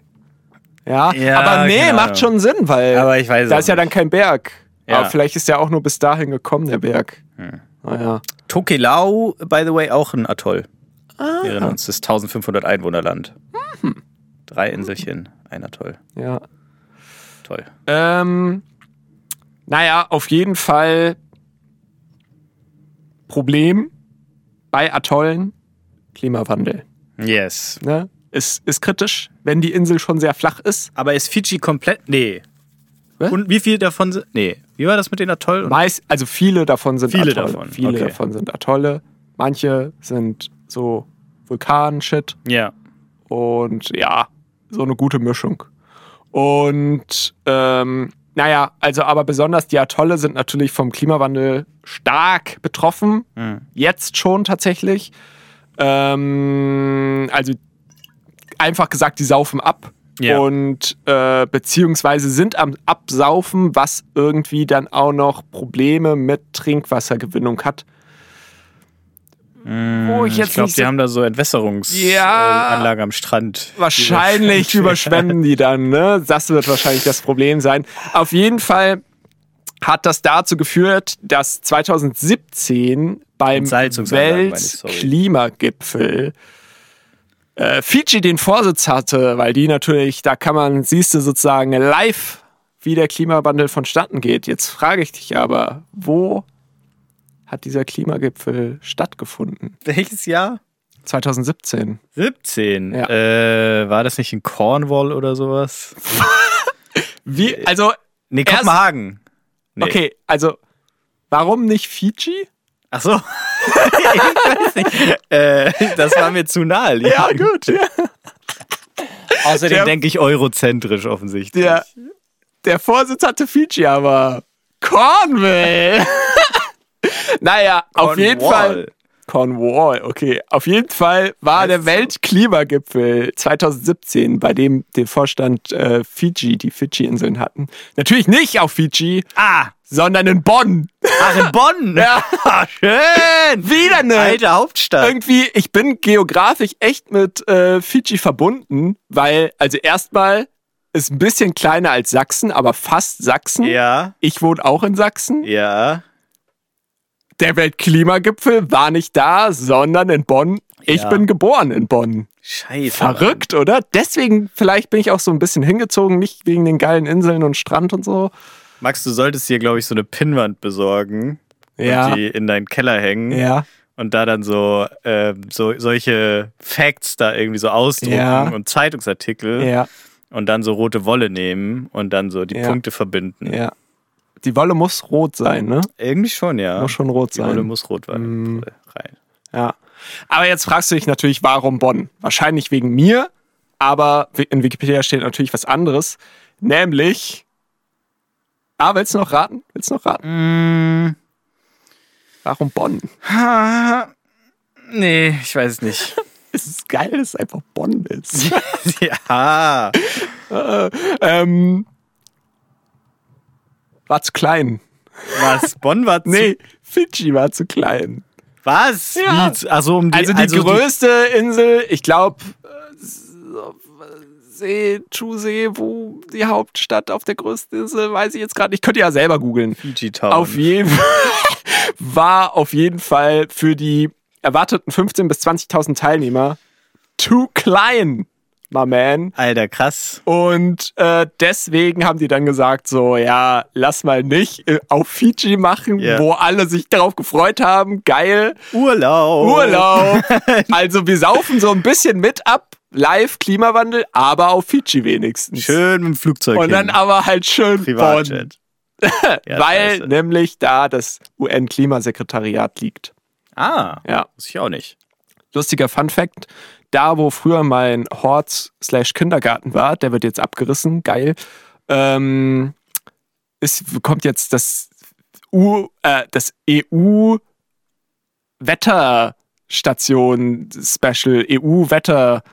Speaker 1: Ja,
Speaker 2: Ja,
Speaker 1: aber nee,
Speaker 2: keine
Speaker 1: macht schon Sinn, weil
Speaker 2: Aber ich weiß
Speaker 1: Ah. da
Speaker 2: auch
Speaker 1: ist ja dann kein Berg.
Speaker 2: Also Ja.
Speaker 1: Aber vielleicht ist ja auch nur bis dahin gekommen, der Berg. Ah, Naja.
Speaker 2: Tokelau, by the way, auch ein Atoll.
Speaker 1: Ah.
Speaker 2: Wir erinnern uns, das 1500 Einwohnerland.
Speaker 1: Mhm.
Speaker 2: Drei Inselchen, ein Atoll.
Speaker 1: Ja.
Speaker 2: Toll.
Speaker 1: Ähm, naja, auf jeden Fall Problem bei Atollen, Klimawandel.
Speaker 2: Yes.
Speaker 1: Ne? Ist, ist kritisch, wenn die Insel schon sehr flach ist.
Speaker 2: Aber ist Fidschi komplett. Nee.
Speaker 1: Was?
Speaker 2: Und wie viel davon sind. Nee. Wie war das mit den Atoll? Und
Speaker 1: Meist, also viele davon sind
Speaker 2: Viele
Speaker 1: Atolle.
Speaker 2: davon,
Speaker 1: Viele
Speaker 2: okay.
Speaker 1: davon sind Atolle. Manche sind so Vulkan-Shit
Speaker 2: ja.
Speaker 1: und ja, so eine gute Mischung. Und ähm, naja, also aber besonders die Atolle sind natürlich vom Klimawandel stark betroffen.
Speaker 2: Mhm.
Speaker 1: Jetzt schon tatsächlich. Ähm, also einfach gesagt, die saufen ab.
Speaker 5: Ja.
Speaker 1: Und äh, beziehungsweise sind am Absaufen, was irgendwie dann auch noch Probleme mit Trinkwassergewinnung hat. Wo ich jetzt
Speaker 2: ich glaube,
Speaker 1: nicht so
Speaker 2: die haben da so Entwässerungsanlagen
Speaker 1: Ja.
Speaker 2: am Strand.
Speaker 1: Wahrscheinlich überschwemmen die dann, ne? Das wird wahrscheinlich das Problem sein. Auf jeden Fall hat das dazu geführt, dass 2017 beim
Speaker 2: Entsalzungsanlagen, meine ich, sorry.
Speaker 1: Weltklimagipfel äh, Fiji den Vorsitz hatte, weil die natürlich, da kann man, siehst du sozusagen live, wie der Klimawandel vonstatten geht. Jetzt frage ich dich aber, wo hat dieser Klimagipfel stattgefunden?
Speaker 2: Welches Jahr?
Speaker 1: 2017.
Speaker 2: 17.
Speaker 1: Ja.
Speaker 2: Äh, war das nicht in Cornwall oder sowas? Äh,
Speaker 1: Wie, also
Speaker 2: Nee,
Speaker 1: Erst-
Speaker 2: Kopenhagen. Nee.
Speaker 1: Okay, also warum nicht Fiji?
Speaker 2: Ach so. ich weiß nicht. Äh, das war mir zu nahe.
Speaker 1: gut. Ja.
Speaker 2: Außerdem
Speaker 1: Der-
Speaker 2: denke ich eurozentrisch offensichtlich.
Speaker 1: Der, der Vorsitz hatte Fiji, aber Cornwall. naja, auf jeden Fall. Cornwall, okay. Auf jeden Fall war der Weltklimagipfel 2017, bei dem den Vorstand äh, Fiji, die Fidschi-Inseln hatten. Natürlich nicht auf Fiji,
Speaker 5: Ah,
Speaker 1: sondern in Bonn.
Speaker 2: Ach, in Bonn. Ah,
Speaker 1: Ja.
Speaker 2: Schön.
Speaker 1: Wieder eine
Speaker 2: Alte Hauptstadt.
Speaker 1: irgendwie, ich bin geografisch echt mit äh, Fidschi verbunden, weil, also erstmal ist ein bisschen kleiner als Sachsen, aber fast Sachsen.
Speaker 2: Ja.
Speaker 1: Ich wohne auch in Sachsen.
Speaker 2: Ja.
Speaker 1: Der Weltklimagipfel war nicht da, sondern in Bonn. Ich
Speaker 2: Ja.
Speaker 1: bin geboren in Bonn.
Speaker 2: Scheiße.
Speaker 1: Verrückt, oder? Deswegen, vielleicht bin ich auch so ein bisschen hingezogen, nicht wegen den geilen Inseln und Strand und so.
Speaker 2: Mann. Max, du solltest hier, glaube ich, so eine Pinnwand besorgen
Speaker 1: Ja.
Speaker 2: und die in deinen Keller hängen
Speaker 1: Ja.
Speaker 2: und da dann so, ähm, so solche Facts da irgendwie so ausdrucken
Speaker 1: Ja.
Speaker 2: und Zeitungsartikel
Speaker 1: Ja.
Speaker 2: und dann so rote Wolle nehmen und dann so die
Speaker 1: Ja.
Speaker 2: Punkte verbinden.
Speaker 1: Ja. Die Wolle muss rot sein, ne?
Speaker 2: Irgendwie schon, ja.
Speaker 1: Muss schon rot
Speaker 2: Die Wolle
Speaker 1: sein. Mhm.
Speaker 2: muss rot rein.
Speaker 1: Ja. Aber jetzt fragst du dich natürlich, warum Bonn? Wahrscheinlich wegen mir, aber in Wikipedia steht natürlich was anderes, nämlich. Ah, willst du noch raten? Willst du noch raten? Mm. Warum Bonn?
Speaker 2: Nee, ich weiß es nicht.
Speaker 1: Es ist geil, dass es einfach Bonn ist.
Speaker 2: ja.
Speaker 1: ähm, war zu klein.
Speaker 2: Was? Bonn war zu.
Speaker 1: Nee, Fidschi war zu klein.
Speaker 2: Was?
Speaker 1: Ja.
Speaker 2: Wie? Also, um die,
Speaker 1: Also die größte Insel, ich glaube, See, Chusee, wo die Hauptstadt auf der größten Insel, weiß ich jetzt gerade nicht. Könnt ihr ja selber googeln.
Speaker 2: Fiji Town.
Speaker 1: Auf jeden Fall war auf jeden Fall für die erwarteten 15.000 bis 20.000 Teilnehmer too klein, my man.
Speaker 2: Alter, krass.
Speaker 1: Und äh, deswegen haben die dann gesagt, so, ja, lass mal nicht äh, auf Fiji machen,
Speaker 2: Ja.
Speaker 1: wo alle sich darauf gefreut haben. Geil.
Speaker 2: Urlaub.
Speaker 1: Urlaub. Also wir saufen so ein bisschen mit ab. Live Klimawandel, aber auf Fiji wenigstens.
Speaker 2: Schön mit dem Flugzeug.
Speaker 1: Und dann
Speaker 2: hin.
Speaker 1: aber halt schön Bonn.
Speaker 2: Privatjet. Ja, äh,
Speaker 1: Weil
Speaker 2: scheiße.
Speaker 1: nämlich da das UN-Klimasekretariat liegt.
Speaker 2: Ah,
Speaker 1: Ja.
Speaker 2: muss ich auch nicht.
Speaker 1: Lustiger Fun Fact. Da, wo früher mein Hort slash Kindergarten war, der wird jetzt abgerissen, geil. Ähm, es kommt jetzt das, U, äh, das EU Wetterstation Special, EU Wetter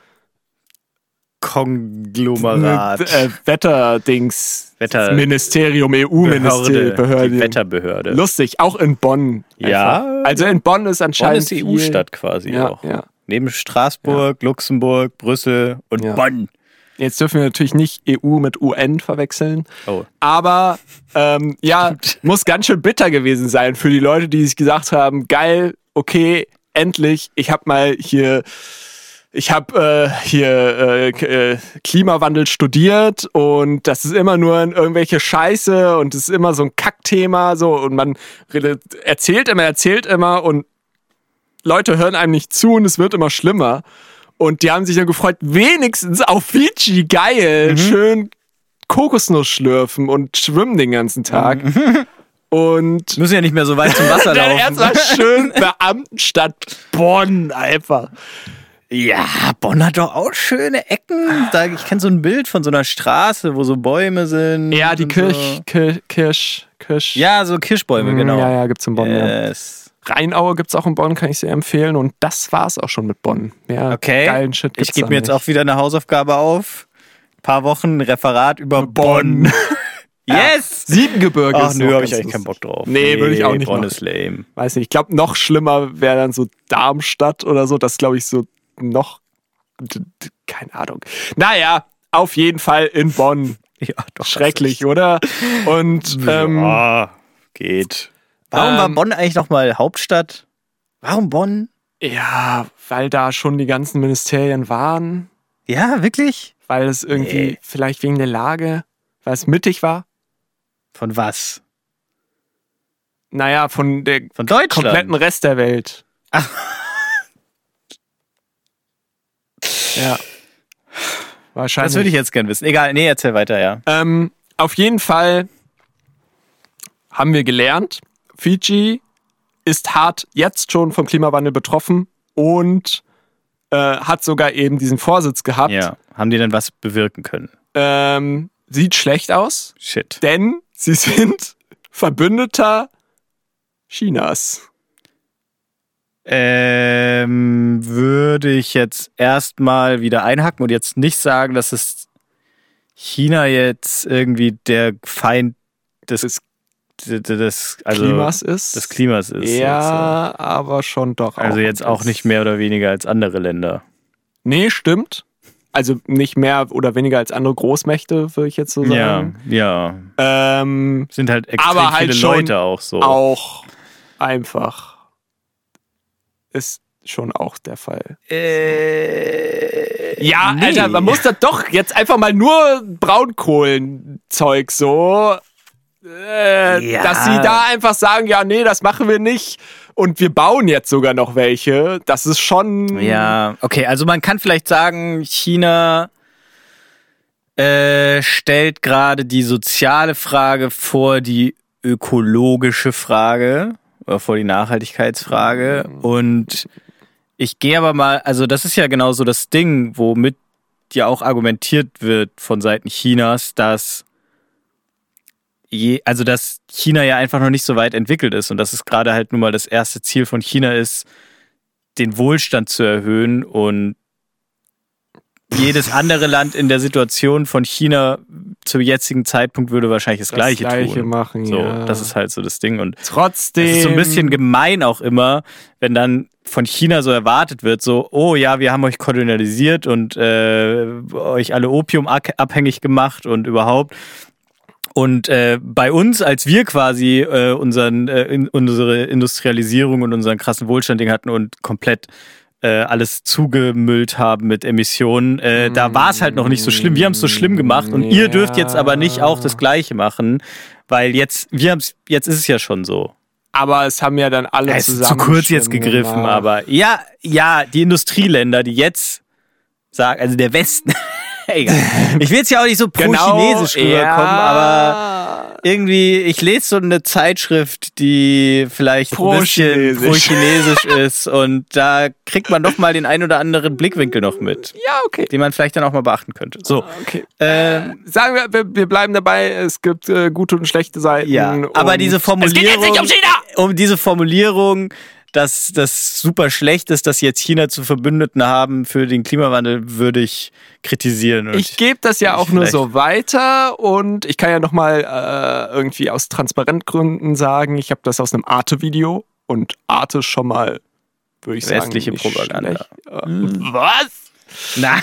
Speaker 2: Konglomerat.
Speaker 1: äh, Wetterdings
Speaker 2: Wetter-
Speaker 1: Ministerium, EU-Ministerium,
Speaker 2: Die
Speaker 1: Behörde.
Speaker 2: Wetterbehörde.
Speaker 1: Lustig, auch in Bonn.
Speaker 2: Ja.
Speaker 1: einfach. Also in Bonn ist
Speaker 2: Bonn
Speaker 1: anscheinend
Speaker 2: ist
Speaker 1: viel-
Speaker 2: EU-Stadt quasi
Speaker 1: Ja,
Speaker 2: auch.
Speaker 1: ja.
Speaker 2: Neben Straßburg, Luxemburg, Brüssel und
Speaker 1: Ja.
Speaker 2: Bonn.
Speaker 1: Jetzt dürfen wir natürlich nicht EU mit UN verwechseln.
Speaker 2: Oh.
Speaker 1: Aber ähm, ja, muss ganz schön bitter gewesen sein für die Leute, die sich gesagt haben, geil, okay, endlich, ich habe mal hier, ich habe äh, hier äh, K- äh, Klimawandel studiert und das ist immer nur in irgendwelche Scheiße und es ist immer so ein Kackthema so und man redet, erzählt immer, erzählt immer und Leute hören einem nicht zu und es wird immer schlimmer. Und die haben sich dann gefreut, wenigstens auf Fiji, geil, schön Kokosnuss schlürfen und schwimmen den ganzen Tag. Und
Speaker 2: Müssen ja nicht mehr so weit zum Wasser
Speaker 1: dann
Speaker 2: laufen.
Speaker 1: erstmal schön Beamtenstadt Bonn einfach.
Speaker 2: Ja, Bonn hat doch auch schöne Ecken. Da, ich kenne so ein Bild von so einer Straße, wo so Bäume sind.
Speaker 1: Ja, die
Speaker 2: und
Speaker 1: Kirch,
Speaker 2: So.
Speaker 1: Kirch, Kirch, Kirch.
Speaker 2: Ja, so Kirschbäume, genau.
Speaker 1: Ja, ja, gibt's in Bonn, ja.
Speaker 2: Yes.
Speaker 1: Rheinaue gibt es auch in Bonn, kann ich sehr empfehlen. Und das war's auch schon mit Bonn. Mehr
Speaker 2: Okay.
Speaker 1: geilen Shit gibt's
Speaker 2: ich gebe
Speaker 1: da
Speaker 2: mir jetzt
Speaker 1: nicht.
Speaker 2: auch wieder eine Hausaufgabe auf. Ein paar Wochen ein Referat über Bonn. yes!
Speaker 1: Siebengebirge.
Speaker 2: Ach
Speaker 1: ist
Speaker 2: nö,
Speaker 1: noch
Speaker 2: habe
Speaker 1: ganz
Speaker 2: ich eigentlich keinen
Speaker 1: lustig.
Speaker 2: Bock drauf.
Speaker 1: Nee, würde ich auch nicht
Speaker 2: Bonn
Speaker 1: machen.
Speaker 2: ist lame.
Speaker 1: Weiß nicht, ich glaube, noch schlimmer wäre dann so Darmstadt oder so. Das glaube ich so noch. d- d- Keine Ahnung. Naja, auf jeden Fall in Bonn.
Speaker 2: Ja, doch.
Speaker 1: Schrecklich, oder? Und ähm,
Speaker 2: ja, geht. Warum war
Speaker 1: Ähm,
Speaker 2: Bonn eigentlich nochmal Hauptstadt? Warum Bonn?
Speaker 1: ja, weil da schon die ganzen Ministerien waren.
Speaker 2: Ja, wirklich?
Speaker 1: weil es irgendwie
Speaker 2: Nee.
Speaker 1: vielleicht wegen der Lage, weil es mittig war.
Speaker 2: Von was?
Speaker 1: Naja, von der
Speaker 2: Von Deutschland?
Speaker 1: kompletten Rest der Welt. ja. Wahrscheinlich.
Speaker 2: das würde ich jetzt gern wissen. Egal, nee, erzähl weiter, ja.
Speaker 1: ähm, auf jeden Fall haben wir gelernt, Fiji ist hart jetzt schon vom Klimawandel betroffen und äh, hat sogar eben diesen Vorsitz gehabt.
Speaker 2: ja. Haben die denn was bewirken können?
Speaker 1: Ähm, sieht schlecht aus.
Speaker 2: Shit.
Speaker 1: denn sie sind Verbündeter Chinas.
Speaker 2: Ähm, würde ich jetzt erstmal wieder einhacken und jetzt nicht sagen, dass es China jetzt irgendwie der Feind des,
Speaker 1: Des-
Speaker 2: des, des, also
Speaker 1: Klimas ist.
Speaker 2: des Klimas ist. äh,
Speaker 1: Ja, aber schon doch.
Speaker 2: Also jetzt auch nicht mehr oder weniger als andere Länder.
Speaker 1: Nee, stimmt. Also nicht mehr oder weniger als andere Großmächte, würde ich jetzt so
Speaker 2: Ja,
Speaker 1: sagen.
Speaker 2: ja.
Speaker 1: Ähm,
Speaker 2: Sind halt extrem
Speaker 1: Aber halt
Speaker 2: viele
Speaker 1: schon
Speaker 2: Leute auch so.
Speaker 1: Auch einfach. Ist schon auch der Fall.
Speaker 2: Äh,
Speaker 1: Ja,
Speaker 2: nee.
Speaker 1: Alter, man muss das doch jetzt einfach mal nur Braunkohlenzeug so. Äh,
Speaker 2: Ja.
Speaker 1: Dass sie da einfach sagen, ja, nee, das machen wir nicht. Und wir bauen jetzt sogar noch welche. Das ist schon.
Speaker 2: Ja, okay, also man kann vielleicht sagen, China äh, stellt gerade die soziale Frage vor die ökologische Frage oder vor die Nachhaltigkeitsfrage. Und ich gehe aber mal, also das ist ja genau so das Ding, womit ja auch argumentiert wird von Seiten Chinas, dass je, also dass China ja einfach noch nicht so weit entwickelt ist und dass es gerade halt nun mal das erste Ziel von China ist, den Wohlstand zu erhöhen und jedes andere Land in der Situation von China zum jetzigen Zeitpunkt würde wahrscheinlich das,
Speaker 1: Das
Speaker 2: Gleiche,
Speaker 1: Gleiche
Speaker 2: tun.
Speaker 1: machen,
Speaker 2: So,
Speaker 1: ja.
Speaker 2: das ist halt so das Ding und
Speaker 1: Trotzdem.
Speaker 2: es ist so ein bisschen gemein auch immer, wenn dann von China so erwartet wird, so, oh ja, wir haben euch kolonialisiert und äh, euch alle opiumabhängig gemacht und überhaupt. Und äh, bei uns, als wir quasi äh, unseren, äh, in, unsere Industrialisierung und unseren krassen Wohlstand Ding hatten und komplett äh, alles zugemüllt haben mit Emissionen, äh, da war es halt noch nicht so schlimm. Wir haben es so schlimm gemacht und ihr dürft jetzt aber nicht auch das Gleiche machen, weil jetzt, wir haben's, jetzt ist es ja schon so.
Speaker 1: aber es haben ja dann alle
Speaker 2: Ja, Es ist zu
Speaker 1: zusammen. genau.
Speaker 2: kurz jetzt
Speaker 1: Stimmen
Speaker 2: gegriffen,
Speaker 1: gemacht.
Speaker 2: aber ja, ja, die Industrieländer, die jetzt sagen, also der Westen, egal. Ich will jetzt ja auch nicht so
Speaker 1: Genau,
Speaker 2: pro-chinesisch rüberkommen, aber irgendwie, ich lese so eine Zeitschrift, die vielleicht ein bisschen
Speaker 1: Pro-chinesisch.
Speaker 2: pro-chinesisch ist und da kriegt man doch mal den ein oder anderen Blickwinkel noch mit,
Speaker 1: Ja, okay.
Speaker 2: den man vielleicht dann auch mal beachten könnte. So,
Speaker 1: okay.
Speaker 2: ähm,
Speaker 1: Sagen wir, wir, wir bleiben dabei. Es gibt äh, gute und schlechte Seiten.
Speaker 2: ja, aber
Speaker 1: und-
Speaker 2: diese Formulierung,
Speaker 6: China!
Speaker 2: um diese Formulierung, dass das super schlecht ist, dass jetzt China zu Verbündeten haben für den Klimawandel, würde ich kritisieren. Und
Speaker 1: Ich gebe das ja auch nur
Speaker 2: Vielleicht.
Speaker 1: so weiter und ich kann ja nochmal äh, irgendwie aus Transparentgründen sagen, ich habe das aus einem Arte-Video und Arte ist schon mal, würde ich sagen,
Speaker 2: Westliche
Speaker 1: nicht
Speaker 2: Propaganda.
Speaker 1: schlecht. Äh, Was?
Speaker 2: Na,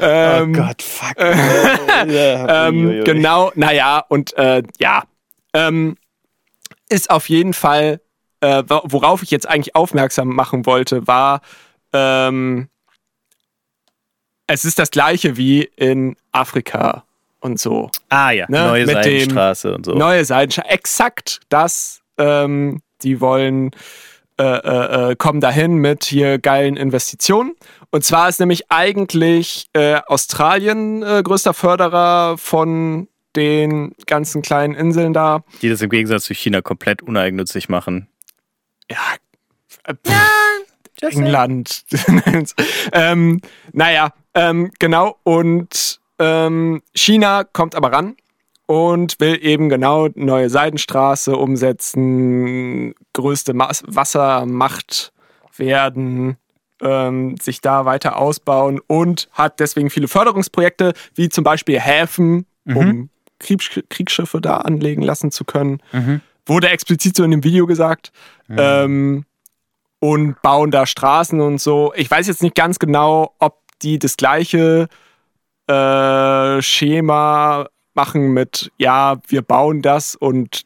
Speaker 1: Ähm,
Speaker 2: Oh Gott, fuck. Ja,
Speaker 1: ähm,
Speaker 2: uiuiui.
Speaker 1: Genau, naja, und äh, ja, ähm, ist auf jeden Fall, äh, wo- worauf ich jetzt eigentlich aufmerksam machen wollte, war, ähm, es ist das gleiche wie in Afrika und so.
Speaker 2: Ah ja,
Speaker 1: Ne,
Speaker 2: neue
Speaker 1: mit dem-
Speaker 2: Seidenstraße und so.
Speaker 1: Neue Seitenstraße. Exakt das. Ähm, die wollen, äh, äh, äh, kommen dahin mit hier geilen Investitionen. Und zwar ist nämlich eigentlich äh, Australien äh, größter Förderer von den ganzen kleinen Inseln da.
Speaker 2: die das im Gegensatz zu China komplett uneigennützig machen.
Speaker 1: Ja. äh, pff, England. ähm, naja, ähm, genau. Und ähm, China kommt aber ran und will eben genau neue Seidenstraße umsetzen, größte Mas Wassermacht werden, ähm, sich da weiter ausbauen und hat deswegen viele Förderungsprojekte, wie zum Beispiel Häfen, um Kriegs Kriegsschiffe da anlegen lassen zu können. Wurde explizit so in dem Video gesagt. Ähm, und bauen da Straßen und so. Ich weiß jetzt nicht ganz genau, ob die das gleiche äh, Schema machen mit, ja, wir bauen das und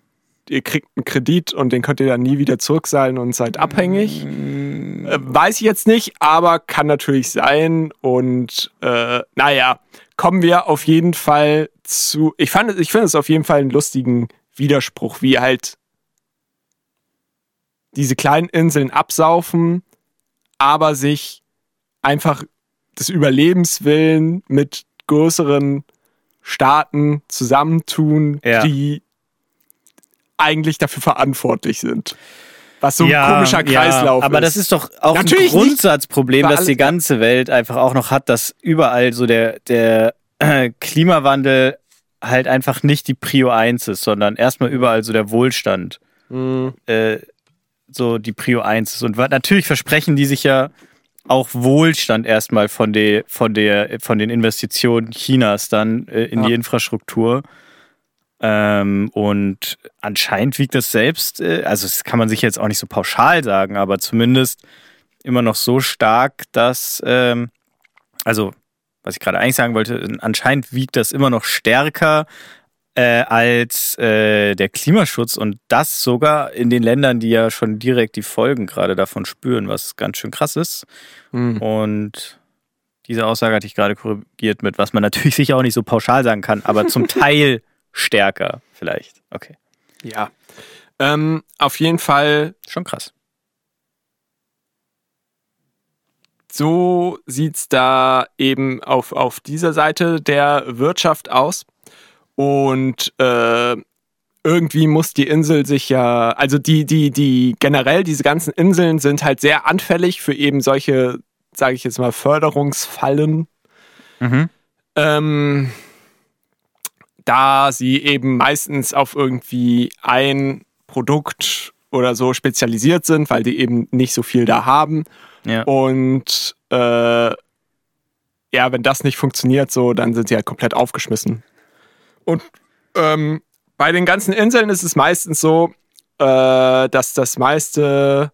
Speaker 1: ihr kriegt einen Kredit und den könnt ihr dann nie wieder zurückseilen und seid abhängig. Äh, weiß ich jetzt nicht, aber kann natürlich sein. Und äh, naja, kommen wir auf jeden Fall zu. Ich, fand- ich finde es auf jeden Fall einen lustigen Widerspruch, wie halt diese kleinen Inseln absaufen, aber sich einfach des Überlebenswillen mit größeren Staaten zusammentun,
Speaker 7: Ja.
Speaker 1: die eigentlich dafür verantwortlich sind. Was so ein
Speaker 7: Ja,
Speaker 1: komischer
Speaker 7: ja,
Speaker 1: Kreislauf
Speaker 2: Aber
Speaker 1: ist.
Speaker 2: das ist doch auch
Speaker 1: Natürlich
Speaker 2: ein
Speaker 1: nicht
Speaker 2: Grundsatzproblem,
Speaker 1: für
Speaker 2: das die
Speaker 1: alles, ja.
Speaker 2: ganze Welt einfach auch noch hat, dass überall so der, der äh, Klimawandel halt einfach nicht die Prio 1 ist, sondern erstmal überall so der Wohlstand
Speaker 1: Hm,
Speaker 2: äh, so die Prio 1 ist. Und wa- natürlich versprechen die sich ja auch Wohlstand erstmal von, de, von, der, von den Investitionen Chinas dann äh, in
Speaker 1: Ja.
Speaker 2: die Infrastruktur. Ähm, und anscheinend wiegt das selbst, äh, also das kann man sich jetzt auch nicht so pauschal sagen, aber zumindest immer noch so stark, dass, ähm, also was ich gerade eigentlich sagen wollte, anscheinend wiegt das immer noch stärker äh, als äh, der Klimaschutz und das sogar in den Ländern, die ja schon direkt die Folgen gerade davon spüren, was ganz schön krass ist. Oh.
Speaker 1: Mhm.
Speaker 2: Und diese Aussage hatte ich gerade korrigiert mit, was man natürlich sicher auch nicht so pauschal sagen kann, aber zum Teil stärker vielleicht. Okay,
Speaker 1: ja. Ähm, auf jeden Fall
Speaker 2: schon krass.
Speaker 1: so sieht's da eben auf, auf dieser Seite der Wirtschaft aus. Und äh, irgendwie muss die Insel sich ja, also die, die, die generell, diese ganzen Inseln sind halt sehr anfällig für eben solche, sage ich jetzt mal, Förderungsfallen. Mhm. Ähm, da sie eben meistens auf irgendwie ein Produkt oder so spezialisiert sind, weil die eben nicht so viel da haben.
Speaker 2: Ja.
Speaker 1: Und äh, ja, wenn das nicht funktioniert, so, dann sind sie halt komplett aufgeschmissen. Und ähm, bei den ganzen Inseln ist es meistens so, äh, dass das meiste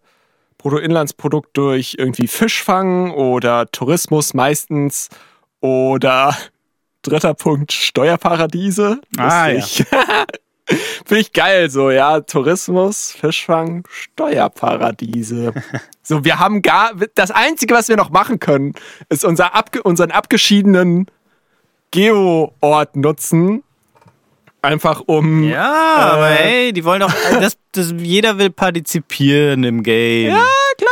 Speaker 1: Bruttoinlandsprodukt durch irgendwie Fischfang oder Tourismus meistens oder dritter Punkt Steuerparadiese.
Speaker 2: Ah,
Speaker 1: Lustig. Finde ich geil, so, ja. Tourismus, Fischfang, Steuerparadiese. so, wir haben gar. Das Einzige, was wir noch machen können, ist unser abge, unseren abgeschiedenen Geoort nutzen. Einfach um.
Speaker 2: Ja, aber
Speaker 1: Äh.
Speaker 2: hey, die wollen doch, äh, das, das, jeder will partizipieren im Game.
Speaker 1: Ja, klar.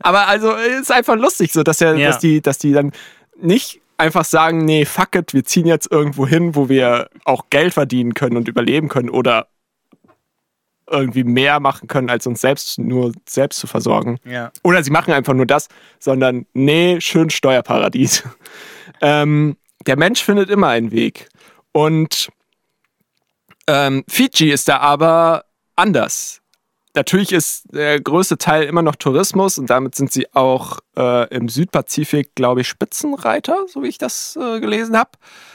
Speaker 1: Aber also ist einfach lustig, so dass, der,
Speaker 7: Ja.
Speaker 1: dass, die, dass die dann nicht einfach sagen, nee, fuck it, wir ziehen jetzt irgendwo hin, wo wir auch Geld verdienen können und überleben können oder irgendwie mehr machen können, als uns selbst nur selbst zu versorgen.
Speaker 2: ja.
Speaker 1: Oder sie machen einfach nur das, sondern nee, schön Steuerparadies. ähm, der Mensch findet immer einen Weg. Und ähm, Fiji ist da aber anders. Natürlich ist der größte Teil immer noch Tourismus und damit sind sie auch äh, im Südpazifik, glaube ich, Spitzenreiter, so wie ich das äh, gelesen habe.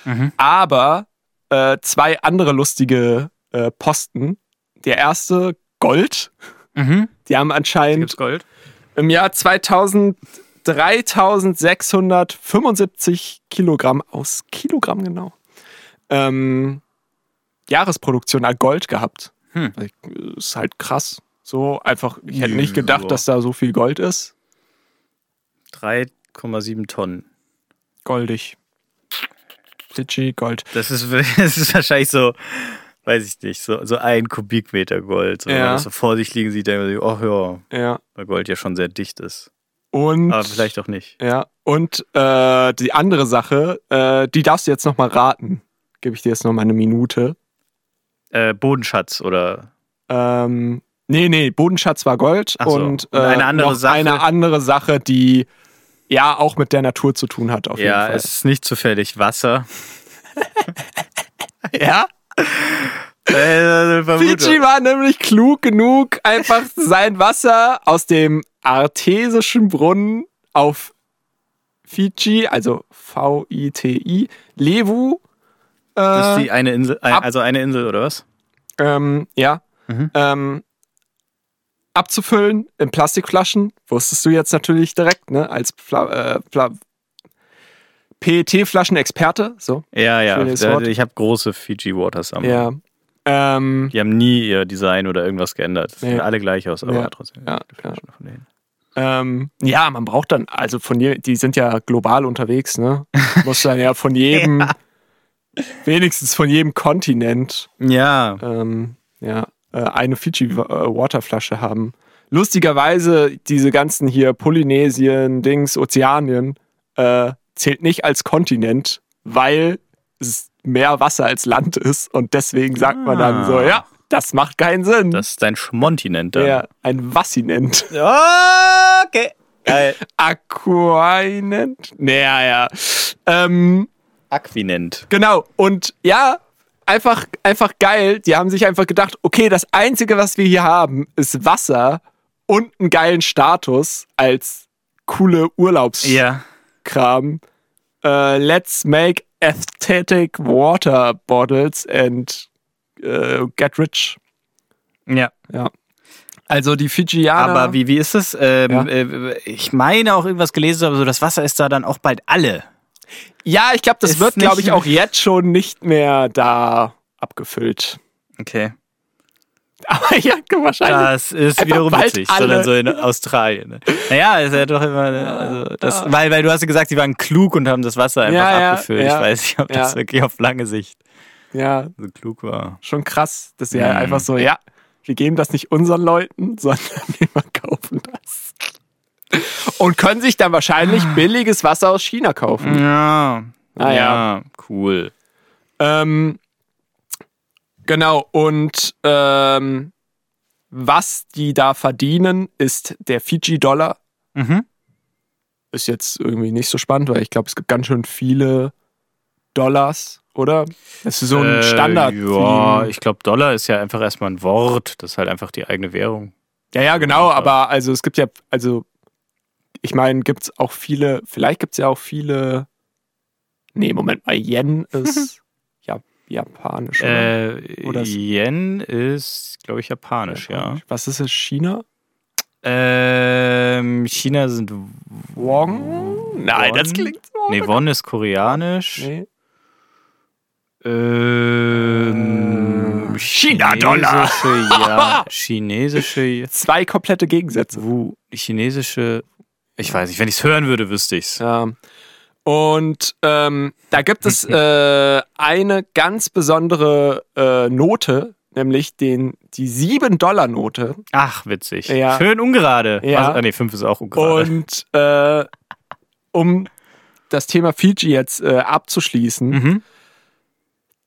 Speaker 1: Mhm. Aber äh, zwei andere lustige äh, Posten. Der erste, Gold.
Speaker 7: Mhm.
Speaker 1: Die haben anscheinend
Speaker 7: Gibt's Gold?
Speaker 1: im Jahr 2000 3675 Kilogramm aus Kilogramm genau ähm, Jahresproduktion an Gold gehabt.
Speaker 7: Hm.
Speaker 1: Also, ich- Ist halt krass. So einfach, ich hätte nicht gedacht, dass da so viel Gold ist.
Speaker 2: 3,7 Tonnen.
Speaker 1: Goldig. Litchi, Gold.
Speaker 2: Das ist, das ist wahrscheinlich so, weiß ich nicht, so, so ein Kubikmeter Gold. So,
Speaker 1: Ja.
Speaker 2: Wenn man das so vor sich liegen sieht, denkt man sich, ach ja,
Speaker 1: Ja.
Speaker 2: weil Gold ja schon sehr dicht ist.
Speaker 1: Und
Speaker 2: Aber vielleicht auch nicht.
Speaker 1: Ja, und äh, die andere Sache, äh, die darfst du jetzt nochmal raten. Gebe ich dir jetzt nochmal eine Minute.
Speaker 2: Äh, Bodenschatz oder.
Speaker 1: Ähm, nee, nee, Bodenschatz war Gold
Speaker 2: Ach so.
Speaker 1: und, äh,
Speaker 2: Und eine andere
Speaker 1: noch
Speaker 2: Sache-
Speaker 1: eine andere Sache, die ja auch mit der Natur zu tun hat, auf
Speaker 2: ja,
Speaker 1: jeden
Speaker 2: es ist nicht zufällig Wasser.
Speaker 1: Fall. Ja?
Speaker 2: Äh,
Speaker 1: Fiji war nämlich klug genug, einfach sein Wasser aus dem artesischen Brunnen auf Fiji, also V-I-T-I, Levu,
Speaker 3: Das
Speaker 1: äh,
Speaker 3: ist die eine Insel, ein,
Speaker 1: Ab-
Speaker 3: also eine Insel oder was?
Speaker 1: ähm, ja,
Speaker 3: Mhm.
Speaker 1: ähm, abzufüllen in Plastikflaschen. Wusstest du jetzt natürlich direkt, ne? Als Pla- äh, Pla- PET-Flaschen-Experte, so.
Speaker 3: Ja, ja.
Speaker 1: Schönes
Speaker 3: da-
Speaker 1: Wort.
Speaker 3: Ich habe große Fiji Waters
Speaker 2: Mhm.
Speaker 3: am.
Speaker 1: Ja. Ähm,
Speaker 3: Die haben nie ihr Design oder irgendwas geändert. Das sehen
Speaker 1: Nee.
Speaker 3: alle gleich aus, aber
Speaker 1: Ja.
Speaker 3: trotzdem.
Speaker 1: Ja,
Speaker 3: die Flaschen von denen.
Speaker 1: Ähm, ja, man braucht dann, also von je, die sind ja global unterwegs, ne? Muss dann ja von jedem, wenigstens von jedem Kontinent,
Speaker 3: ja.
Speaker 1: ähm, ja, äh, eine Fiji-Waterflasche haben. Lustigerweise, diese ganzen hier Polynesien, Dings, Ozeanien, äh, zählt nicht als Kontinent, weil es mehr Wasser als Land ist und deswegen sagt man dann so,
Speaker 3: Ah.
Speaker 1: ja, das macht keinen Sinn.
Speaker 3: Das ist dein Schmontinent da.
Speaker 1: ja, ein Wassinent.
Speaker 3: Okay. Geil.
Speaker 1: Aquinent? Naja, ja. Ähm,
Speaker 3: Aquinent.
Speaker 1: genau. Und ja, einfach, einfach geil. Die haben sich einfach gedacht, okay, das Einzige, was wir hier haben, ist Wasser und einen geilen Status als coole Urlaubskram.
Speaker 2: Ja.
Speaker 1: Äh, let's make aesthetic water bottles and äh, get rich.
Speaker 2: Ja.
Speaker 1: Ja. Also die Fijianer.
Speaker 2: Aber wie, wie ist es? Ähm,
Speaker 1: Ja.
Speaker 2: äh, ich meine auch irgendwas gelesen, zu haben, so das Wasser ist da dann auch bald alle.
Speaker 1: ja, ich glaube, das
Speaker 2: Ist
Speaker 1: wird, glaube
Speaker 2: nicht-
Speaker 1: ich, auch jetzt schon nicht mehr da abgefüllt.
Speaker 2: Okay.
Speaker 1: Aber ja, wahrscheinlich.
Speaker 2: Das ist
Speaker 1: Einfach
Speaker 2: wiederum
Speaker 1: bald
Speaker 2: witzig,
Speaker 1: alle.
Speaker 2: sondern so in Australien. Ne? Naja, ist ja doch immer, ne, also das, weil, weil du hast ja gesagt, sie waren klug und haben das Wasser einfach
Speaker 1: Ja, ja,
Speaker 2: abgefüllt.
Speaker 1: ja.
Speaker 2: ich weiß nicht, ob das
Speaker 1: Ja.
Speaker 2: wirklich auf lange Sicht
Speaker 1: Ja,
Speaker 2: so klug war.
Speaker 1: schon krass, dass sie halt
Speaker 2: Mhm.
Speaker 1: einfach so, ja, wir geben das nicht unseren Leuten, sondern wir verkaufen das. Und können sich dann wahrscheinlich
Speaker 2: Ah.
Speaker 1: billiges Wasser aus China
Speaker 2: Mhm.
Speaker 1: kaufen.
Speaker 2: Ja.
Speaker 1: Hm. Ah, ja.
Speaker 2: cool.
Speaker 1: Ähm, genau, und ähm, was die da verdienen, ist der Fiji-Dollar.
Speaker 2: Mhm.
Speaker 1: Ist jetzt irgendwie nicht so spannend, weil ich glaube, es gibt ganz schön viele Dollars, oder? Das ist so ein
Speaker 2: Äh,
Speaker 1: Standard.
Speaker 2: Ja, ich glaube, Dollar ist ja einfach erstmal ein Wort. Das ist halt einfach die eigene Währung.
Speaker 1: Ja, ja, genau, aber also es gibt ja, also ich meine, gibt's auch viele, vielleicht gibt's ja auch viele. Nee, Moment mal, Yen ist ja, japanisch. Oder?
Speaker 2: Äh,
Speaker 1: Oder ist-
Speaker 2: Yen ist, glaube ich, japanisch, ja.
Speaker 1: Was ist es, China?
Speaker 2: Ähm, China sind.
Speaker 1: Oh, Wong? Nein,
Speaker 2: Won?
Speaker 1: das klingt so.
Speaker 2: Nee, Won ist koreanisch.
Speaker 1: Nee.
Speaker 2: Ähm,
Speaker 1: Äh, China-Dollar.
Speaker 2: Chinesische, ja, chinesische,
Speaker 1: Zwei komplette Gegensätze.
Speaker 2: chinesische, ich weiß nicht, wenn ich es hören würde, wüsste ich's.
Speaker 1: Ja. Ähm, Und ähm, da gibt es äh, eine ganz besondere äh, Note, nämlich den, die 7-Dollar-Note.
Speaker 2: Ach, witzig.
Speaker 1: Ja.
Speaker 2: Schön ungerade.
Speaker 1: Ja.
Speaker 2: Also, ah, nee, fünf ist auch ungerade.
Speaker 1: Und äh, um das Thema Fiji jetzt äh, abzuschließen,
Speaker 2: mhm.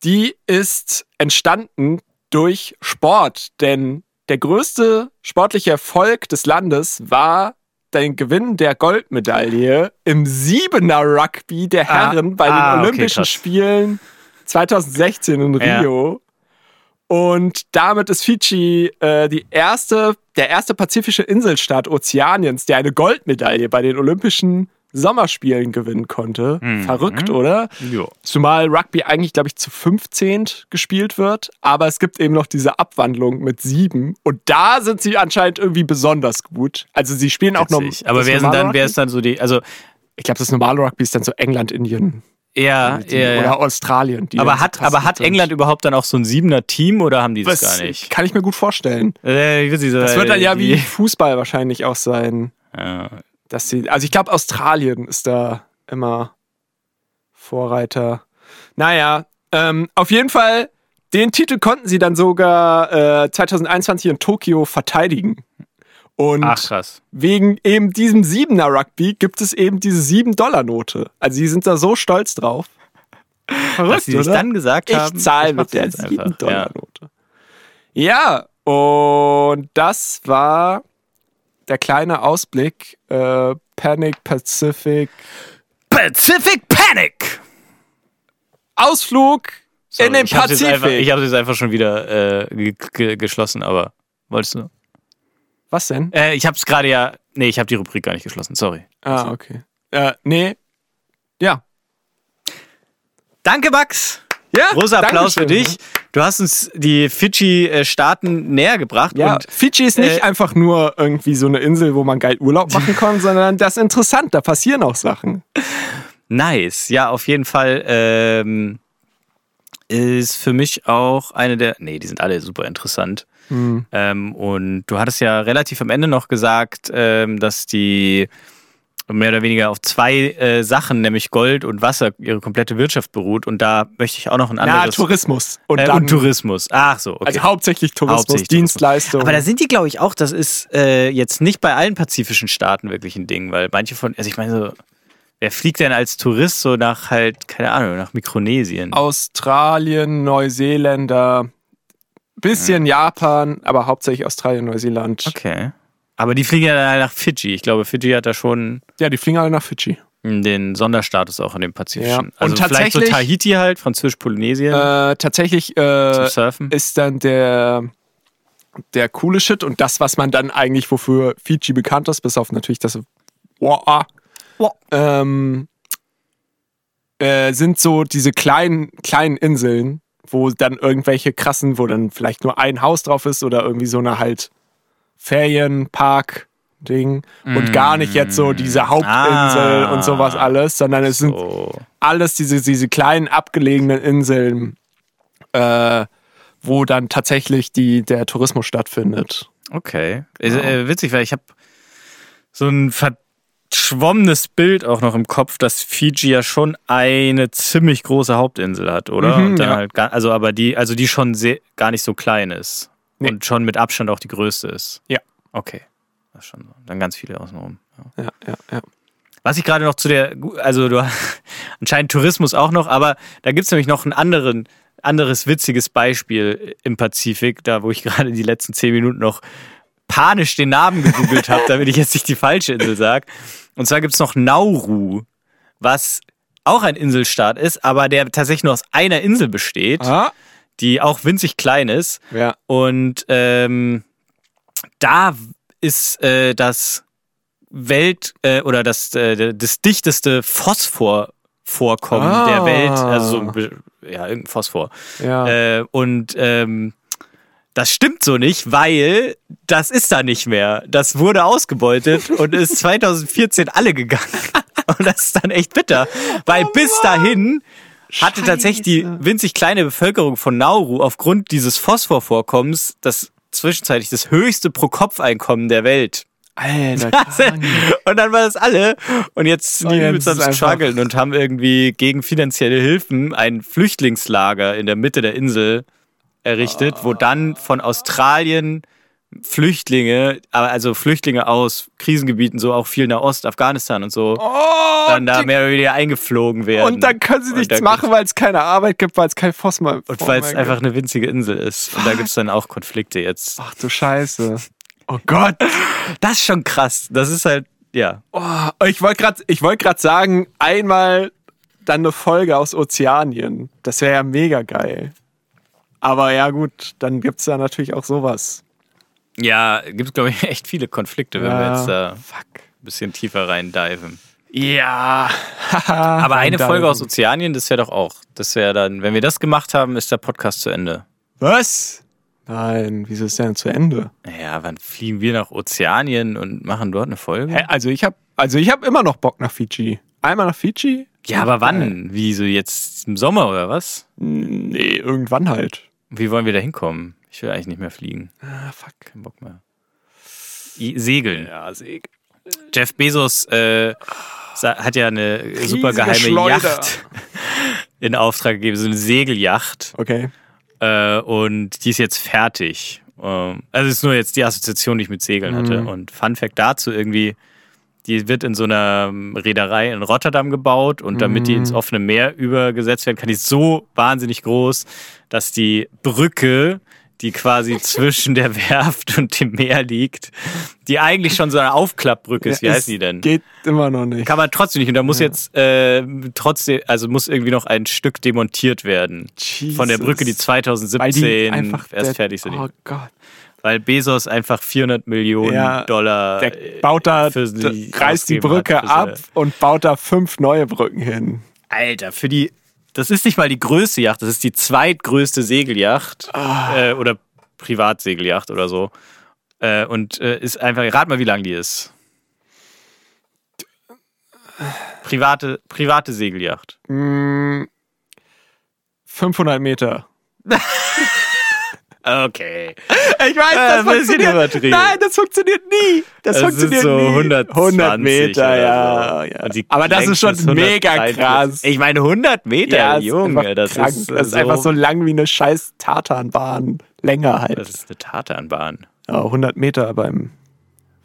Speaker 1: die ist entstanden durch Sport, denn der größte sportliche Erfolg des Landes war der Gewinn der Goldmedaille im Siebener Rugby der
Speaker 2: Ah,
Speaker 1: Herren bei den
Speaker 2: ah, okay,
Speaker 1: Olympischen
Speaker 2: krass.
Speaker 1: Spielen 2016 in
Speaker 2: Ja.
Speaker 1: Rio. Und damit ist Fiji äh, die erste, der erste pazifische Inselstaat Ozeaniens, der eine Goldmedaille bei den Olympischen Sommerspielen gewinnen konnte.
Speaker 2: Mhm.
Speaker 1: Verrückt, oder?
Speaker 2: Jo.
Speaker 1: Zumal Rugby eigentlich, glaube ich, zu 15 gespielt wird, aber es gibt eben noch diese Abwandlung mit sieben und da sind sie anscheinend irgendwie besonders gut. Also sie spielen auch noch.
Speaker 2: Witzig. Aber
Speaker 1: das
Speaker 2: wer sind
Speaker 1: normale
Speaker 2: dann, wer
Speaker 1: Rugby?
Speaker 2: ist dann so die, also,
Speaker 1: Ich glaube, das normale Rugby ist dann so England, Indien
Speaker 2: ja,
Speaker 1: die,
Speaker 2: ja, ja.
Speaker 1: oder Australien. die dann
Speaker 2: Aber
Speaker 1: so
Speaker 2: hat,
Speaker 1: krass
Speaker 2: aber hat
Speaker 1: sind.
Speaker 2: England überhaupt dann auch so ein siebener Team oder haben die das
Speaker 1: Was,
Speaker 2: gar nicht?
Speaker 1: Kann ich mir gut vorstellen.
Speaker 2: Äh, ich weiß nicht,
Speaker 1: Das wird dann ja wie
Speaker 2: die-
Speaker 1: Fußball wahrscheinlich auch sein,
Speaker 2: Ja.
Speaker 1: dass sie. Also ich glaube, Australien ist da immer Vorreiter. Naja, ähm, auf jeden Fall, den Titel konnten sie dann sogar äh, 2021 in Tokio verteidigen. Und
Speaker 2: Ach, krass.
Speaker 1: wegen eben diesem Siebener Rugby gibt es eben diese 7-Dollar-Note. Also sie sind da so stolz drauf. Verrückt,
Speaker 2: Was sie sich
Speaker 1: oder?
Speaker 2: dann gesagt haben.
Speaker 1: ich zahle
Speaker 2: ich mach's
Speaker 1: mit der
Speaker 2: jetzt einfach.
Speaker 1: 7-Dollar-Note. Ja. und das war der kleine Ausblick. Äh, Panic Pacific
Speaker 2: Pacific Panic!
Speaker 1: Ausflug In den
Speaker 2: ich hab's jetzt
Speaker 1: Pazifik.
Speaker 2: einfach- Ich habe es jetzt einfach schon wieder äh, ge ge geschlossen, aber wolltest du?
Speaker 1: Was denn?
Speaker 2: Äh, ich habe es gerade ja. Nee, ich habe die Rubrik gar nicht geschlossen, sorry.
Speaker 1: Ah, okay. Äh, nee. Ja.
Speaker 2: Danke, Max.
Speaker 1: Ja. ne?
Speaker 2: Großer Applaus für
Speaker 1: Dankeschön.
Speaker 2: dich. Du hast uns die Fidschi-Staaten näher gebracht.
Speaker 1: Ja,
Speaker 2: Und
Speaker 1: Fidschi ist nicht
Speaker 2: äh,
Speaker 1: einfach nur irgendwie so eine Insel, wo man geil Urlaub machen kann, sondern das ist interessant, da passieren auch Sachen.
Speaker 2: nice. Ja, auf jeden Fall ähm, ist für mich auch eine der. Nee, die sind alle super interessant. Ähm, und du hattest ja relativ am Ende noch gesagt, ähm, dass die mehr oder weniger auf zwei äh, Sachen, nämlich Gold und Wasser, ihre komplette Wirtschaft beruht. Und da möchte ich auch noch ein
Speaker 1: Na,
Speaker 2: anderes.
Speaker 1: Tourismus. Und,
Speaker 2: äh,
Speaker 1: dann,
Speaker 2: und Tourismus. Ach so, okay.
Speaker 1: Also hauptsächlich Tourismus,
Speaker 2: Hauptsächlich Tourismus.
Speaker 1: Dienstleistungen.
Speaker 2: Aber da sind die, glaube ich, auch, das ist äh, jetzt nicht bei allen pazifischen Staaten wirklich ein Ding, weil manche von, also ich meine so, wer fliegt denn als Tourist so nach halt, keine Ahnung, nach Mikronesien?
Speaker 1: Australien, Neuseeländer, bisschen Japan, aber hauptsächlich Australien, Neuseeland.
Speaker 2: Okay. Aber die fliegen ja dann nach Fidschi. Ich glaube, Fidschi hat da schon
Speaker 1: Ja, die fliegen alle nach Fidschi.
Speaker 2: den Sonderstatus auch in dem
Speaker 1: Ja.
Speaker 2: Pazifischen.
Speaker 1: Und
Speaker 2: Also vielleicht so
Speaker 1: tatsächlich-
Speaker 2: Tahiti halt, Französisch-Polynesien
Speaker 1: Äh, tatsächlich
Speaker 2: zum
Speaker 1: äh,
Speaker 2: Surfen.
Speaker 1: ist dann der, der coole Shit und das, was man dann eigentlich, wofür Fiji bekannt ist, bis auf natürlich das Wow.
Speaker 2: Wow.
Speaker 1: Ähm, äh, sind so diese kleinen, kleinen Inseln, wo dann irgendwelche krassen, wo dann vielleicht nur ein Haus drauf ist oder irgendwie so eine halt Ferienpark-Ding und gar nicht jetzt so diese Hauptinsel
Speaker 2: Ah.
Speaker 1: und sowas alles, sondern es sind
Speaker 2: Oh.
Speaker 1: alles diese, diese kleinen abgelegenen Inseln, äh, wo dann tatsächlich die, der Tourismus stattfindet.
Speaker 2: Okay. Ist, äh, witzig, weil ich habe so ein verschwommenes Bild auch noch im Kopf, dass Fiji ja schon eine ziemlich große Hauptinsel hat, oder?
Speaker 1: Mhm,
Speaker 2: Und dann
Speaker 1: ja.
Speaker 2: halt gar, also aber die, also die schon sehr, gar nicht so klein ist
Speaker 1: Nee.
Speaker 2: und schon mit Abstand auch die größte ist.
Speaker 1: Ja.
Speaker 2: Okay. Das ist schon so. Dann ganz viele außenrum. Ja.
Speaker 1: Ja, ja, ja.
Speaker 2: Was ich gerade noch zu der, also du anscheinend Tourismus auch noch, aber da gibt es nämlich noch ein anderen, anderes witziges Beispiel im Pazifik, da wo ich gerade die letzten zehn Minuten noch panisch den Namen gegoogelt habe, damit ich jetzt nicht die falsche Insel sage. Und zwar gibt es noch Nauru, was auch ein Inselstaat ist, aber der tatsächlich nur aus einer Insel besteht,
Speaker 1: Ah,
Speaker 2: die auch winzig klein ist.
Speaker 1: ja.
Speaker 2: Und ähm, da ist äh, das Welt äh, oder das, äh, das dichteste Phosphorvorkommen
Speaker 1: Ah.
Speaker 2: der Welt, also so ein, Be- ja, irgendein Phosphor.
Speaker 1: ja.
Speaker 2: Äh, und ähm, das stimmt so nicht, weil das ist da nicht mehr. Das wurde ausgebeutet und ist 2014 alle gegangen. Und das ist dann echt bitter, weil bis dahin hatte tatsächlich die
Speaker 1: Oh Scheiße.
Speaker 2: winzig kleine Bevölkerung von Nauru aufgrund dieses Phosphorvorkommens das zwischenzeitlich das höchste Pro-Kopf-Einkommen der Welt.
Speaker 1: Alter,
Speaker 2: Und dann war das alle. Und jetzt sind die
Speaker 1: Und jetzt
Speaker 2: übelst
Speaker 1: Oh, ist
Speaker 2: am
Speaker 1: einfach-
Speaker 2: Struggeln und haben irgendwie gegen finanzielle Hilfen ein Flüchtlingslager in der Mitte der Insel errichtet, wo dann von Australien Flüchtlinge, aber also Flüchtlinge aus Krisengebieten, so auch viel Nahost, Afghanistan und so,
Speaker 1: oh,
Speaker 2: dann da
Speaker 1: Dick.
Speaker 2: mehr oder weniger eingeflogen werden.
Speaker 1: und dann können sie
Speaker 2: Und
Speaker 1: nichts
Speaker 2: dann-
Speaker 1: machen, Oh weil es keine Arbeit gibt, weil es kein Phosma
Speaker 2: Und weil es einfach eine winzige Insel ist. Und da gibt es dann auch Konflikte jetzt.
Speaker 1: Ach du Scheiße. Oh Gott.
Speaker 2: Das ist schon krass. Das ist halt, ja.
Speaker 1: Oh, ich wollte gerade wollt grad sagen, einmal dann eine Folge aus Ozeanien. Das wäre ja mega geil. Aber ja, gut, dann gibt es da natürlich auch sowas.
Speaker 2: Ja, gibt, glaube ich, echt viele Konflikte, wenn wir
Speaker 1: Ja.
Speaker 2: jetzt da
Speaker 1: Fuck.
Speaker 2: ein bisschen tiefer rein diven.
Speaker 1: Ja.
Speaker 2: Aber eine
Speaker 1: dann-
Speaker 2: Folge aus Ozeanien, das wäre doch auch. Das wäre dann, wenn wir das gemacht haben, ist der Podcast zu Ende.
Speaker 1: Was? Nein, wieso ist der denn zu Ende?
Speaker 2: Naja, wann fliegen wir nach Ozeanien und machen dort eine Folge?
Speaker 1: Hä, also ich habe also ich hab immer noch Bock nach Fiji. Einmal nach Fiji?
Speaker 2: Ja, aber wann? Wie so jetzt im Sommer oder was?
Speaker 1: Nee, irgendwann halt.
Speaker 2: Wie wollen wir da hinkommen? Ich will eigentlich nicht mehr fliegen.
Speaker 1: Ah, fuck.
Speaker 2: Kein Bock mehr. I segeln.
Speaker 1: Ja, Segen.
Speaker 2: Jeff Bezos äh, sa- hat ja eine super geheime
Speaker 1: Schleuder.
Speaker 2: Yacht in Auftrag gegeben, so eine Segelyacht.
Speaker 1: Okay.
Speaker 2: Äh, und die ist jetzt fertig. Ähm, also es ist nur jetzt die Assoziation, die ich mit Segeln
Speaker 1: Mhm.
Speaker 2: hatte. Und Fun Fact dazu irgendwie, die wird in so einer ähm, Reederei in Rotterdam gebaut und damit
Speaker 1: Mhm.
Speaker 2: die ins offene Meer übergesetzt werden kann, die ist so wahnsinnig groß, dass die Brücke, die quasi zwischen der Werft und dem Meer liegt, die eigentlich schon so eine Aufklappbrücke ist. Wie
Speaker 1: Ja, es
Speaker 2: heißt die denn?
Speaker 1: Geht immer noch nicht.
Speaker 2: Kann man trotzdem nicht. Und da muss jetzt äh, trotzdem, also muss irgendwie noch ein Stück demontiert werden. Von der
Speaker 1: Jesus.
Speaker 2: Brücke, die
Speaker 1: Weil die
Speaker 2: 2017
Speaker 1: einfach
Speaker 2: erst
Speaker 1: der-
Speaker 2: fertig sind.
Speaker 1: Oh Gott.
Speaker 2: Weil Bezos einfach 400 Millionen
Speaker 1: Ja,
Speaker 2: Dollar
Speaker 1: Der
Speaker 2: äh,
Speaker 1: baut da,
Speaker 2: für
Speaker 1: d-
Speaker 2: sie
Speaker 1: reißt die
Speaker 2: ausgegeben hat,
Speaker 1: Brücke
Speaker 2: für
Speaker 1: ab
Speaker 2: seine-
Speaker 1: und baut da fünf neue Brücken hin.
Speaker 2: Alter, für die. Das ist nicht mal die größte Yacht, das ist die zweitgrößte Segelyacht.
Speaker 1: Ah.
Speaker 2: Äh, oder Privatsegelyacht oder so. Äh, und äh, ist einfach, rat mal, wie lang die ist. Private, private Segelyacht.
Speaker 1: Mm, 500 Meter.
Speaker 2: Okay.
Speaker 1: Ich weiß,
Speaker 2: das funktioniert- Nein,
Speaker 1: das funktioniert nie. Das,
Speaker 2: Das sind so 120
Speaker 1: 100 Meter,
Speaker 2: oder
Speaker 1: ja.
Speaker 2: so.
Speaker 1: ja.
Speaker 2: Und die
Speaker 1: Aber das ist schon
Speaker 2: längste
Speaker 1: mega
Speaker 2: 130.
Speaker 1: krass.
Speaker 2: Ich meine, 100 Meter,
Speaker 1: Ja, es ist
Speaker 2: Junge,
Speaker 1: einfach
Speaker 2: das
Speaker 1: krank.
Speaker 2: ist, also
Speaker 1: das ist einfach so lang wie eine scheiß Tatanbahn. Länger halt.
Speaker 2: Das ist eine Tatanbahn.
Speaker 1: Ja, 100 Meter beim,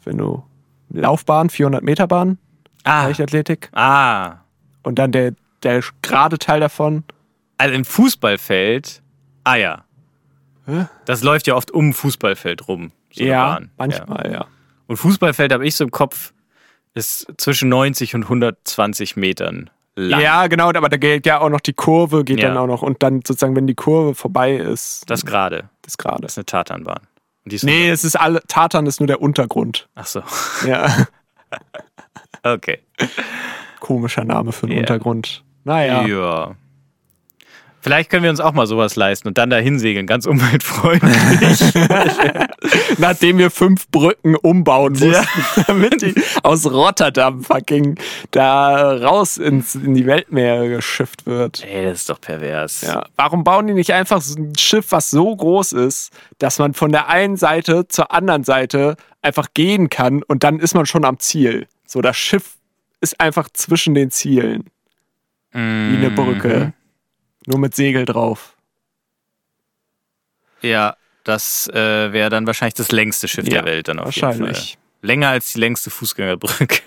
Speaker 1: wenn du Laufbahn, 400 Meter Bahn,
Speaker 2: Ah,
Speaker 1: Leichtathletik.
Speaker 2: ah.
Speaker 1: Und dann der, der gerade Teil davon.
Speaker 2: Also im Fußballfeld, ah ja.
Speaker 1: Hä?
Speaker 2: Das läuft ja oft um ein Fußballfeld rum. so eine Bahn.
Speaker 1: manchmal, ja.
Speaker 2: Ja. Und Fußballfeld habe ich so im Kopf, ist zwischen 90 und 120 Metern lang.
Speaker 1: Ja, genau, aber da geht ja auch noch die Kurve, geht
Speaker 2: Ja.
Speaker 1: dann auch noch. Und dann sozusagen, wenn die Kurve vorbei ist,
Speaker 2: Das gerade.
Speaker 1: das gerade.
Speaker 2: Das ist eine Tatanbahn. Und die ist
Speaker 1: Nee, es ist alle, Tatan ist nur der Untergrund.
Speaker 2: Ach so.
Speaker 1: Ja,
Speaker 2: Okay.
Speaker 1: komischer Name für den
Speaker 2: Ja.
Speaker 1: Untergrund. Naja.
Speaker 2: Ja. Vielleicht können wir uns auch mal sowas leisten und dann dahin segeln, ganz umweltfreundlich.
Speaker 1: Nachdem wir fünf Brücken umbauen mussten, damit die aus Rotterdam fucking da raus ins, in die Weltmeere geschifft wird.
Speaker 2: Ey, das ist doch pervers.
Speaker 1: Ja. Warum bauen die nicht einfach so ein Schiff, was so groß ist, dass man von der einen Seite zur anderen Seite einfach gehen kann und dann ist man schon am Ziel? So, das Schiff ist einfach zwischen den Zielen.
Speaker 2: Mhm.
Speaker 1: Wie eine Brücke. Nur mit Segel drauf.
Speaker 2: Ja, das äh, wäre dann wahrscheinlich das längste Schiff
Speaker 1: Ja,
Speaker 2: der Welt dann auf jeden Fall.
Speaker 1: Wahrscheinlich.
Speaker 2: Länger als die längste Fußgängerbrücke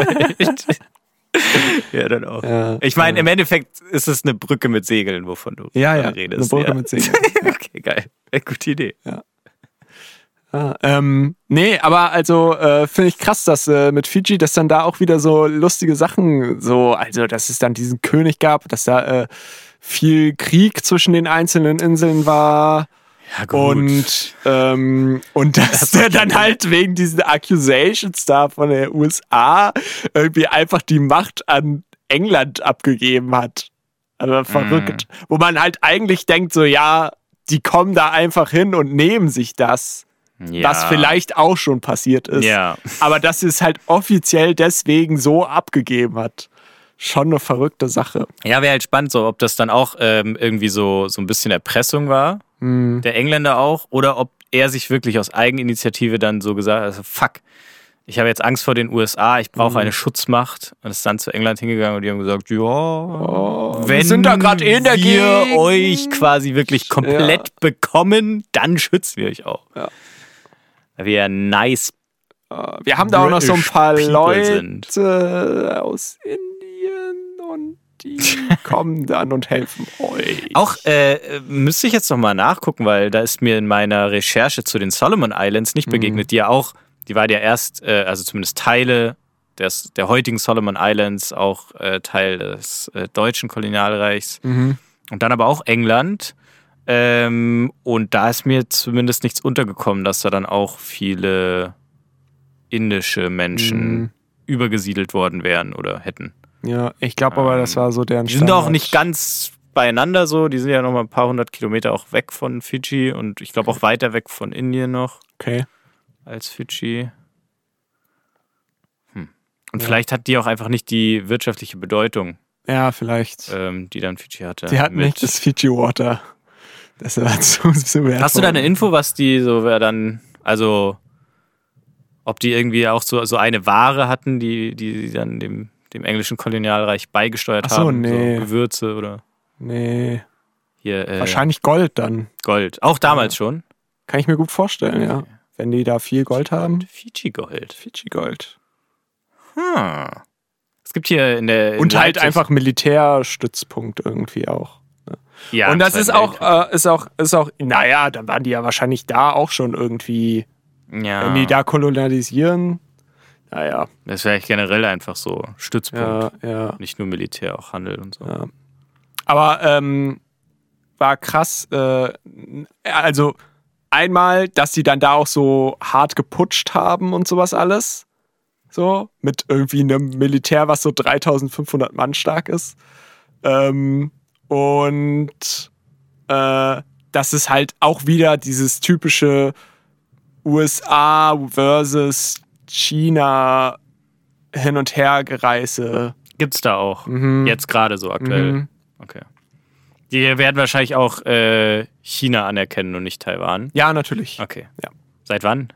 Speaker 2: der Welt. ja, dann auch.
Speaker 1: Ja.
Speaker 2: Ich meine, im Endeffekt ist es eine Brücke mit Segeln, wovon du
Speaker 1: Ja, ja. Eine
Speaker 2: redest.
Speaker 1: Brücke
Speaker 2: ja.
Speaker 1: mit Segel.
Speaker 2: okay, geil. Äh, Gute Idee.
Speaker 1: Ah, ähm, nee, aber also äh, finde ich krass, dass äh, mit Fiji, dass dann da auch wieder so lustige Sachen so, also dass es dann diesen König gab, dass da äh, viel Krieg zwischen den einzelnen Inseln war
Speaker 2: Ja,
Speaker 1: und ähm, und dass der dann halt wegen diesen Accusations da von der USA irgendwie einfach die Macht an England abgegeben hat. Also verrückt. Wo man halt eigentlich denkt so, ja, die kommen da einfach hin und nehmen sich das
Speaker 2: ja.
Speaker 1: was vielleicht auch schon passiert ist.
Speaker 2: Ja.
Speaker 1: Aber dass sie es halt offiziell deswegen so abgegeben hat. Schon eine verrückte Sache.
Speaker 2: Ja, wäre halt spannend, so, ob das dann auch ähm, irgendwie so, so ein bisschen Erpressung war,
Speaker 1: Hm.
Speaker 2: der Engländer auch, oder ob er sich wirklich aus Eigeninitiative dann so gesagt hat, also fuck, ich habe jetzt Angst vor den USA, ich
Speaker 1: Mhm.
Speaker 2: brauche eine Schutzmacht. Und ist dann zu England hingegangen und die haben gesagt, ja, wenn
Speaker 1: Oh, sind da grad eh in der
Speaker 2: wir
Speaker 1: Gegend.
Speaker 2: euch quasi wirklich komplett bekommen, dann schützen wir euch auch.
Speaker 1: Ja.
Speaker 2: Weil wir nice
Speaker 1: Äh, Wir haben da auch noch so ein
Speaker 2: British
Speaker 1: paar
Speaker 2: people
Speaker 1: Leute
Speaker 2: sind.
Speaker 1: aus Indien und die kommen dann und helfen euch.
Speaker 2: Auch äh, müsste ich jetzt nochmal nachgucken, weil da ist mir in meiner Recherche zu den Solomon Islands nicht begegnet, die ja auch, die war ja erst, äh, also zumindest Teile des, der heutigen Solomon Islands, auch äh, Teil des äh, deutschen Kolonialreichs
Speaker 1: Mhm.
Speaker 2: und dann aber auch England. Ähm, und da ist mir zumindest nichts untergekommen, dass da dann auch viele indische Menschen
Speaker 1: Mhm.
Speaker 2: übergesiedelt worden wären oder hätten.
Speaker 1: Ja, ich glaube aber, das war so deren
Speaker 2: Die sind auch
Speaker 1: Standard.
Speaker 2: nicht ganz beieinander so. Die sind ja noch mal ein paar hundert Kilometer auch weg von Fidschi und ich glaube auch weiter weg von Indien noch
Speaker 1: Okay.
Speaker 2: als Fidschi. Hm. Und vielleicht hat die auch einfach nicht die wirtschaftliche Bedeutung,
Speaker 1: Ja, vielleicht.
Speaker 2: ähm, die dann Fidschi hatte.
Speaker 1: die hatten
Speaker 2: mit-
Speaker 1: nicht das Fiji Water. Das war zu, zu wertvoll.
Speaker 2: Hast du da eine Info, was die so wer dann, also ob die irgendwie auch so, so eine Ware hatten, die, die sie dann dem, dem englischen Kolonialreich beigesteuert
Speaker 1: Ach so,
Speaker 2: haben?
Speaker 1: nee.
Speaker 2: So Gewürze oder
Speaker 1: Nee.
Speaker 2: hier äh,
Speaker 1: Wahrscheinlich Gold dann.
Speaker 2: Gold. Auch damals schon.
Speaker 1: Kann ich mir gut vorstellen, ja. Wenn die da viel Gold haben.
Speaker 2: Fiji-Gold.
Speaker 1: Fiji-Gold.
Speaker 2: Hm. Es gibt hier in der. In
Speaker 1: Und halt
Speaker 2: Leipzig-
Speaker 1: einfach Militärstützpunkt irgendwie auch.
Speaker 2: Ja,
Speaker 1: und das
Speaker 2: Zweiten
Speaker 1: ist auch, äh, ist auch, ist auch, naja, dann waren die ja wahrscheinlich da auch schon irgendwie,
Speaker 2: Weltkrieg. ja,
Speaker 1: wenn die da kolonialisieren. Naja,
Speaker 2: das wäre eigentlich generell einfach so Stützpunkt.
Speaker 1: ja, ja.
Speaker 2: Nicht nur Militär, auch Handel und so.
Speaker 1: Ja. Aber ähm, war krass, äh, also einmal, dass die dann da auch so hart geputscht haben und sowas alles. So, mit irgendwie einem Militär, was so 3500 Mann stark ist. Ähm, und äh, das ist halt auch wieder dieses typische USA versus China hin und her gereise.
Speaker 2: Gibt's da auch. Jetzt gerade so aktuell.
Speaker 1: Mhm.
Speaker 2: Okay. Die werden wahrscheinlich auch äh, China anerkennen und nicht Taiwan.
Speaker 1: Ja, natürlich.
Speaker 2: Okay.
Speaker 1: Ja.
Speaker 2: Seit wann?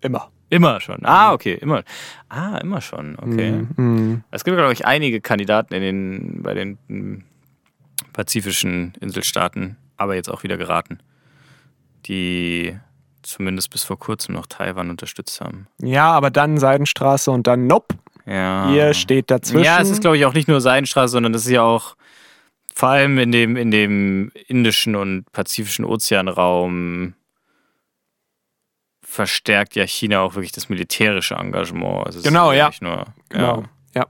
Speaker 1: Immer.
Speaker 2: Immer schon. Ah, okay, immer. Ah, immer schon. Okay.
Speaker 1: Mhm.
Speaker 2: Es gibt, glaube ich, einige Kandidaten in den, bei den m, pazifischen Inselstaaten, aber jetzt auch wieder geraten, die zumindest bis vor kurzem noch Taiwan unterstützt haben.
Speaker 1: Ja, aber dann Seidenstraße und dann Nope.
Speaker 2: Ja.
Speaker 1: Ihr steht dazwischen.
Speaker 2: Ja, es ist, glaube ich, auch nicht nur Seidenstraße, sondern das ist ja auch vor allem in dem, in dem indischen und pazifischen Ozeanraum verstärkt ja China auch wirklich das militärische Engagement. Also es
Speaker 1: Genau,
Speaker 2: ist
Speaker 1: ja.
Speaker 2: Nicht nur,
Speaker 1: Genau.
Speaker 2: Ja.
Speaker 1: Ja.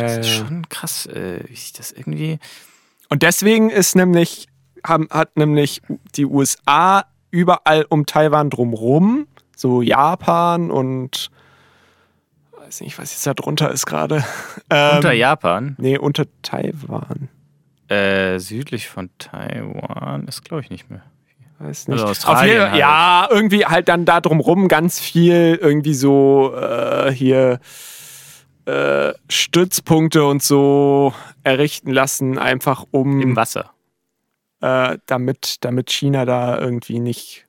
Speaker 2: Das
Speaker 1: Äh,
Speaker 2: ist schon krass, äh, wie sich das irgendwie.
Speaker 1: Und deswegen ist nämlich, haben, hat nämlich die USA überall um Taiwan drumrum, so Japan und weiß nicht, was jetzt da drunter ist gerade. Ähm,
Speaker 2: Unter Japan,
Speaker 1: Nee, unter Taiwan.
Speaker 2: äh, südlich von Taiwan, ist glaube ich nicht mehr.
Speaker 1: Weiß nicht.
Speaker 2: Also Australien
Speaker 1: Auf jeden-
Speaker 2: halt.
Speaker 1: Ja, irgendwie halt dann da drumrum ganz viel irgendwie so äh, hier äh, Stützpunkte und so errichten lassen, einfach
Speaker 2: Im
Speaker 1: um,
Speaker 2: Wasser.
Speaker 1: äh, damit, damit China da irgendwie nicht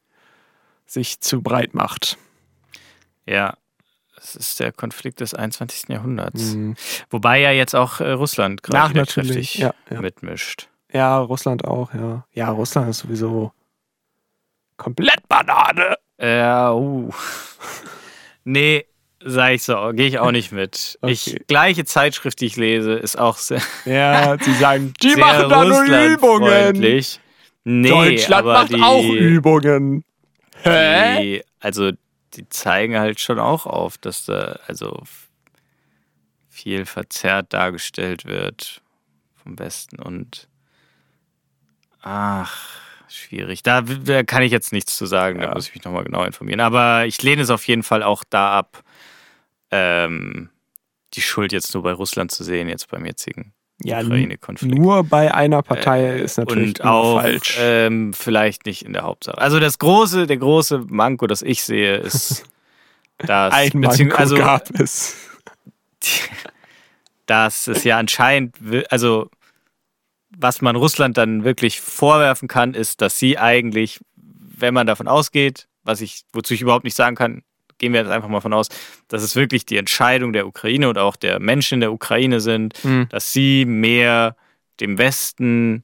Speaker 1: sich zu breit macht.
Speaker 2: Ja. Das ist der Konflikt des 21. Jahrhunderts.
Speaker 1: Mhm.
Speaker 2: Wobei ja jetzt auch äh, Russland
Speaker 1: Nach
Speaker 2: gerade wieder
Speaker 1: Hm. natürlich,
Speaker 2: kräftig
Speaker 1: ja, ja.
Speaker 2: mitmischt.
Speaker 1: Ja, Russland auch, ja. Ja, Russland ist sowieso komplett Banane.
Speaker 2: Ja, uh. Nee, sag ich so, gehe ich auch nicht mit. Ich,
Speaker 1: Okay.
Speaker 2: gleiche Zeitschrift, die ich lese, ist auch sehr,
Speaker 1: Ja, sie sagen, die
Speaker 2: sehr
Speaker 1: machen da nur Übungen.
Speaker 2: russlandfreundlich. Nee,
Speaker 1: Deutschland
Speaker 2: aber
Speaker 1: macht
Speaker 2: die,
Speaker 1: auch Übungen. Hä?
Speaker 2: Die, also, die zeigen halt schon auch auf, dass da also viel verzerrt dargestellt wird vom Westen und ach, schwierig. Da, w- da kann ich jetzt nichts zu sagen, da muss ich mich nochmal genau informieren. Aber ich lehne es auf jeden Fall auch da ab, ähm, die Schuld jetzt nur bei Russland zu sehen, jetzt beim jetzigen
Speaker 1: Ja,
Speaker 2: Ukraine-Konflikt.
Speaker 1: Nur bei einer Partei ist natürlich
Speaker 2: Äh, Und auch
Speaker 1: immer falsch.
Speaker 2: Ähm, vielleicht nicht in der Hauptsache. Also das große, der große Manko, das ich sehe, ist, dass,
Speaker 1: Ein
Speaker 2: beziehungs-
Speaker 1: Manko
Speaker 2: also,
Speaker 1: gab es.
Speaker 2: dass es ja anscheinend, wi- also was man Russland dann wirklich vorwerfen kann, ist, dass sie eigentlich, wenn man davon ausgeht, was ich, wozu ich überhaupt nicht sagen kann, gehen wir jetzt einfach mal von aus, dass es wirklich die Entscheidung der Ukraine und auch der Menschen in der Ukraine sind, dass sie mehr dem Westen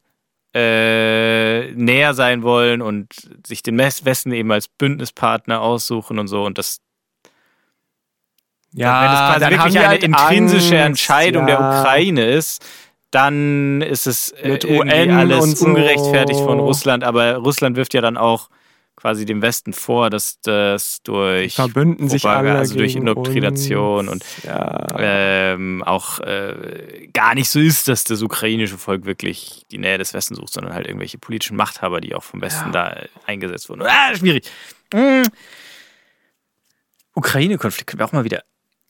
Speaker 2: äh, näher sein wollen und sich den Mes- Westen eben als Bündnispartner aussuchen und so. Und das, wenn das quasi
Speaker 1: haben
Speaker 2: wirklich
Speaker 1: die
Speaker 2: eine
Speaker 1: halt
Speaker 2: intrinsische
Speaker 1: Angst,
Speaker 2: Entscheidung der
Speaker 1: ja.
Speaker 2: Ukraine ist, dann ist es äh,
Speaker 1: Mit
Speaker 2: irgendwie
Speaker 1: UN
Speaker 2: alles
Speaker 1: und so.
Speaker 2: ungerechtfertigt von Russland. Aber Russland wirft ja dann auch quasi dem Westen vor, dass das durch
Speaker 1: Verbünden sich
Speaker 2: Propaganda,
Speaker 1: alle
Speaker 2: also durch
Speaker 1: gegen
Speaker 2: Indoktrination
Speaker 1: uns.
Speaker 2: und
Speaker 1: Ja.
Speaker 2: ähm, auch äh, gar nicht so ist, dass das ukrainische Volk wirklich die Nähe des Westens sucht, sondern halt irgendwelche politischen Machthaber, die auch vom Westen da äh, eingesetzt wurden. Ah, schwierig. Mm. Ukraine-Konflikt können wir auch mal wieder.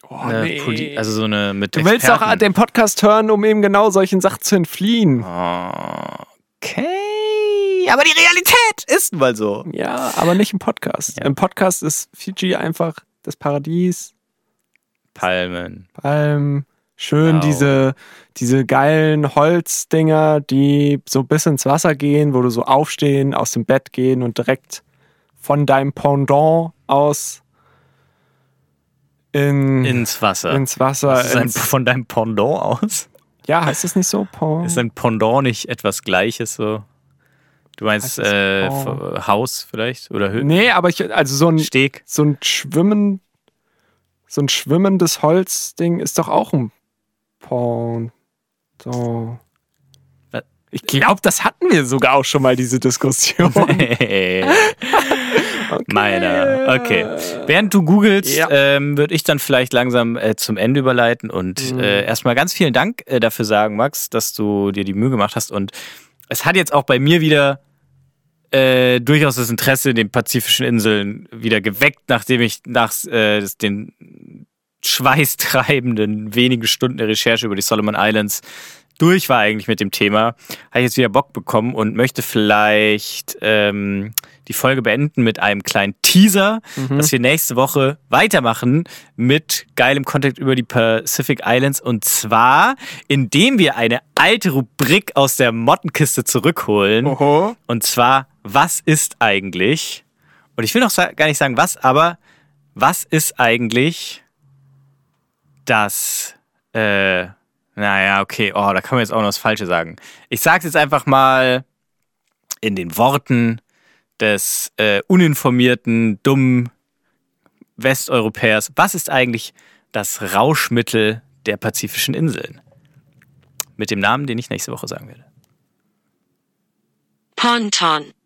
Speaker 1: Oh,
Speaker 2: eine
Speaker 1: nee.
Speaker 2: Poli- also so eine mit
Speaker 1: du willst doch
Speaker 2: Experten-
Speaker 1: den Podcast hören, um eben genau solchen Sachen zu entfliehen.
Speaker 2: Okay. Aber die Realität ist mal so.
Speaker 1: Ja, aber nicht im Podcast.
Speaker 2: Ja.
Speaker 1: Im Podcast ist Fiji einfach das Paradies.
Speaker 2: Palmen.
Speaker 1: Palmen. Schön
Speaker 2: Wow.
Speaker 1: diese, diese geilen Holzdinger, die so bis ins Wasser gehen, wo du so aufstehen, aus dem Bett gehen und direkt von deinem Pendant aus in,
Speaker 2: Ins Wasser.
Speaker 1: ins Wasser.
Speaker 2: das ist ein,
Speaker 1: ins-
Speaker 2: von deinem Pendant aus?
Speaker 1: ja, heißt das nicht so? Pon
Speaker 2: Ist ein Pendant nicht etwas Gleiches so? Du
Speaker 1: Heißt
Speaker 2: meinst
Speaker 1: das
Speaker 2: äh,
Speaker 1: Pendant?
Speaker 2: F- Haus vielleicht? Oder Hü
Speaker 1: nee, aber ich, also so ein,
Speaker 2: Steg?
Speaker 1: so ein Schwimmen, so ein schwimmendes Holzding ist doch auch ein Pendant.
Speaker 2: Wa-
Speaker 1: Ich glaube, das hatten wir sogar auch schon mal, diese Diskussion.
Speaker 2: Meiner. Okay. Während du googelst,
Speaker 1: Ja.
Speaker 2: ähm, würde ich dann vielleicht langsam äh, zum Ende überleiten und
Speaker 1: Mhm.
Speaker 2: äh, erstmal ganz vielen Dank äh, dafür sagen, Max, dass du dir die Mühe gemacht hast. Und es hat jetzt auch bei mir wieder äh, durchaus das Interesse in den pazifischen Inseln wieder geweckt, nachdem ich nach äh, das- den schweißtreibenden wenigen Stunden der Recherche über die Solomon Islands durch war eigentlich mit dem Thema, habe ich jetzt wieder Bock bekommen und möchte vielleicht ähm, die Folge beenden mit einem kleinen Teaser, dass wir nächste Woche weitermachen mit geilem Content über die Pacific Islands und zwar, indem wir eine alte Rubrik aus der Mottenkiste zurückholen.
Speaker 1: Oho.
Speaker 2: Und zwar, was ist eigentlich, und ich will noch sa- gar nicht sagen was, aber was ist eigentlich das, äh, naja, okay, oh, da kann man jetzt auch noch das Falsche sagen. Ich sag's jetzt einfach mal in den Worten des äh, uninformierten, dummen Westeuropäers. Was ist eigentlich das Rauschmittel der pazifischen Inseln? Mit dem Namen, den ich nächste Woche sagen werde.
Speaker 8: Ponton.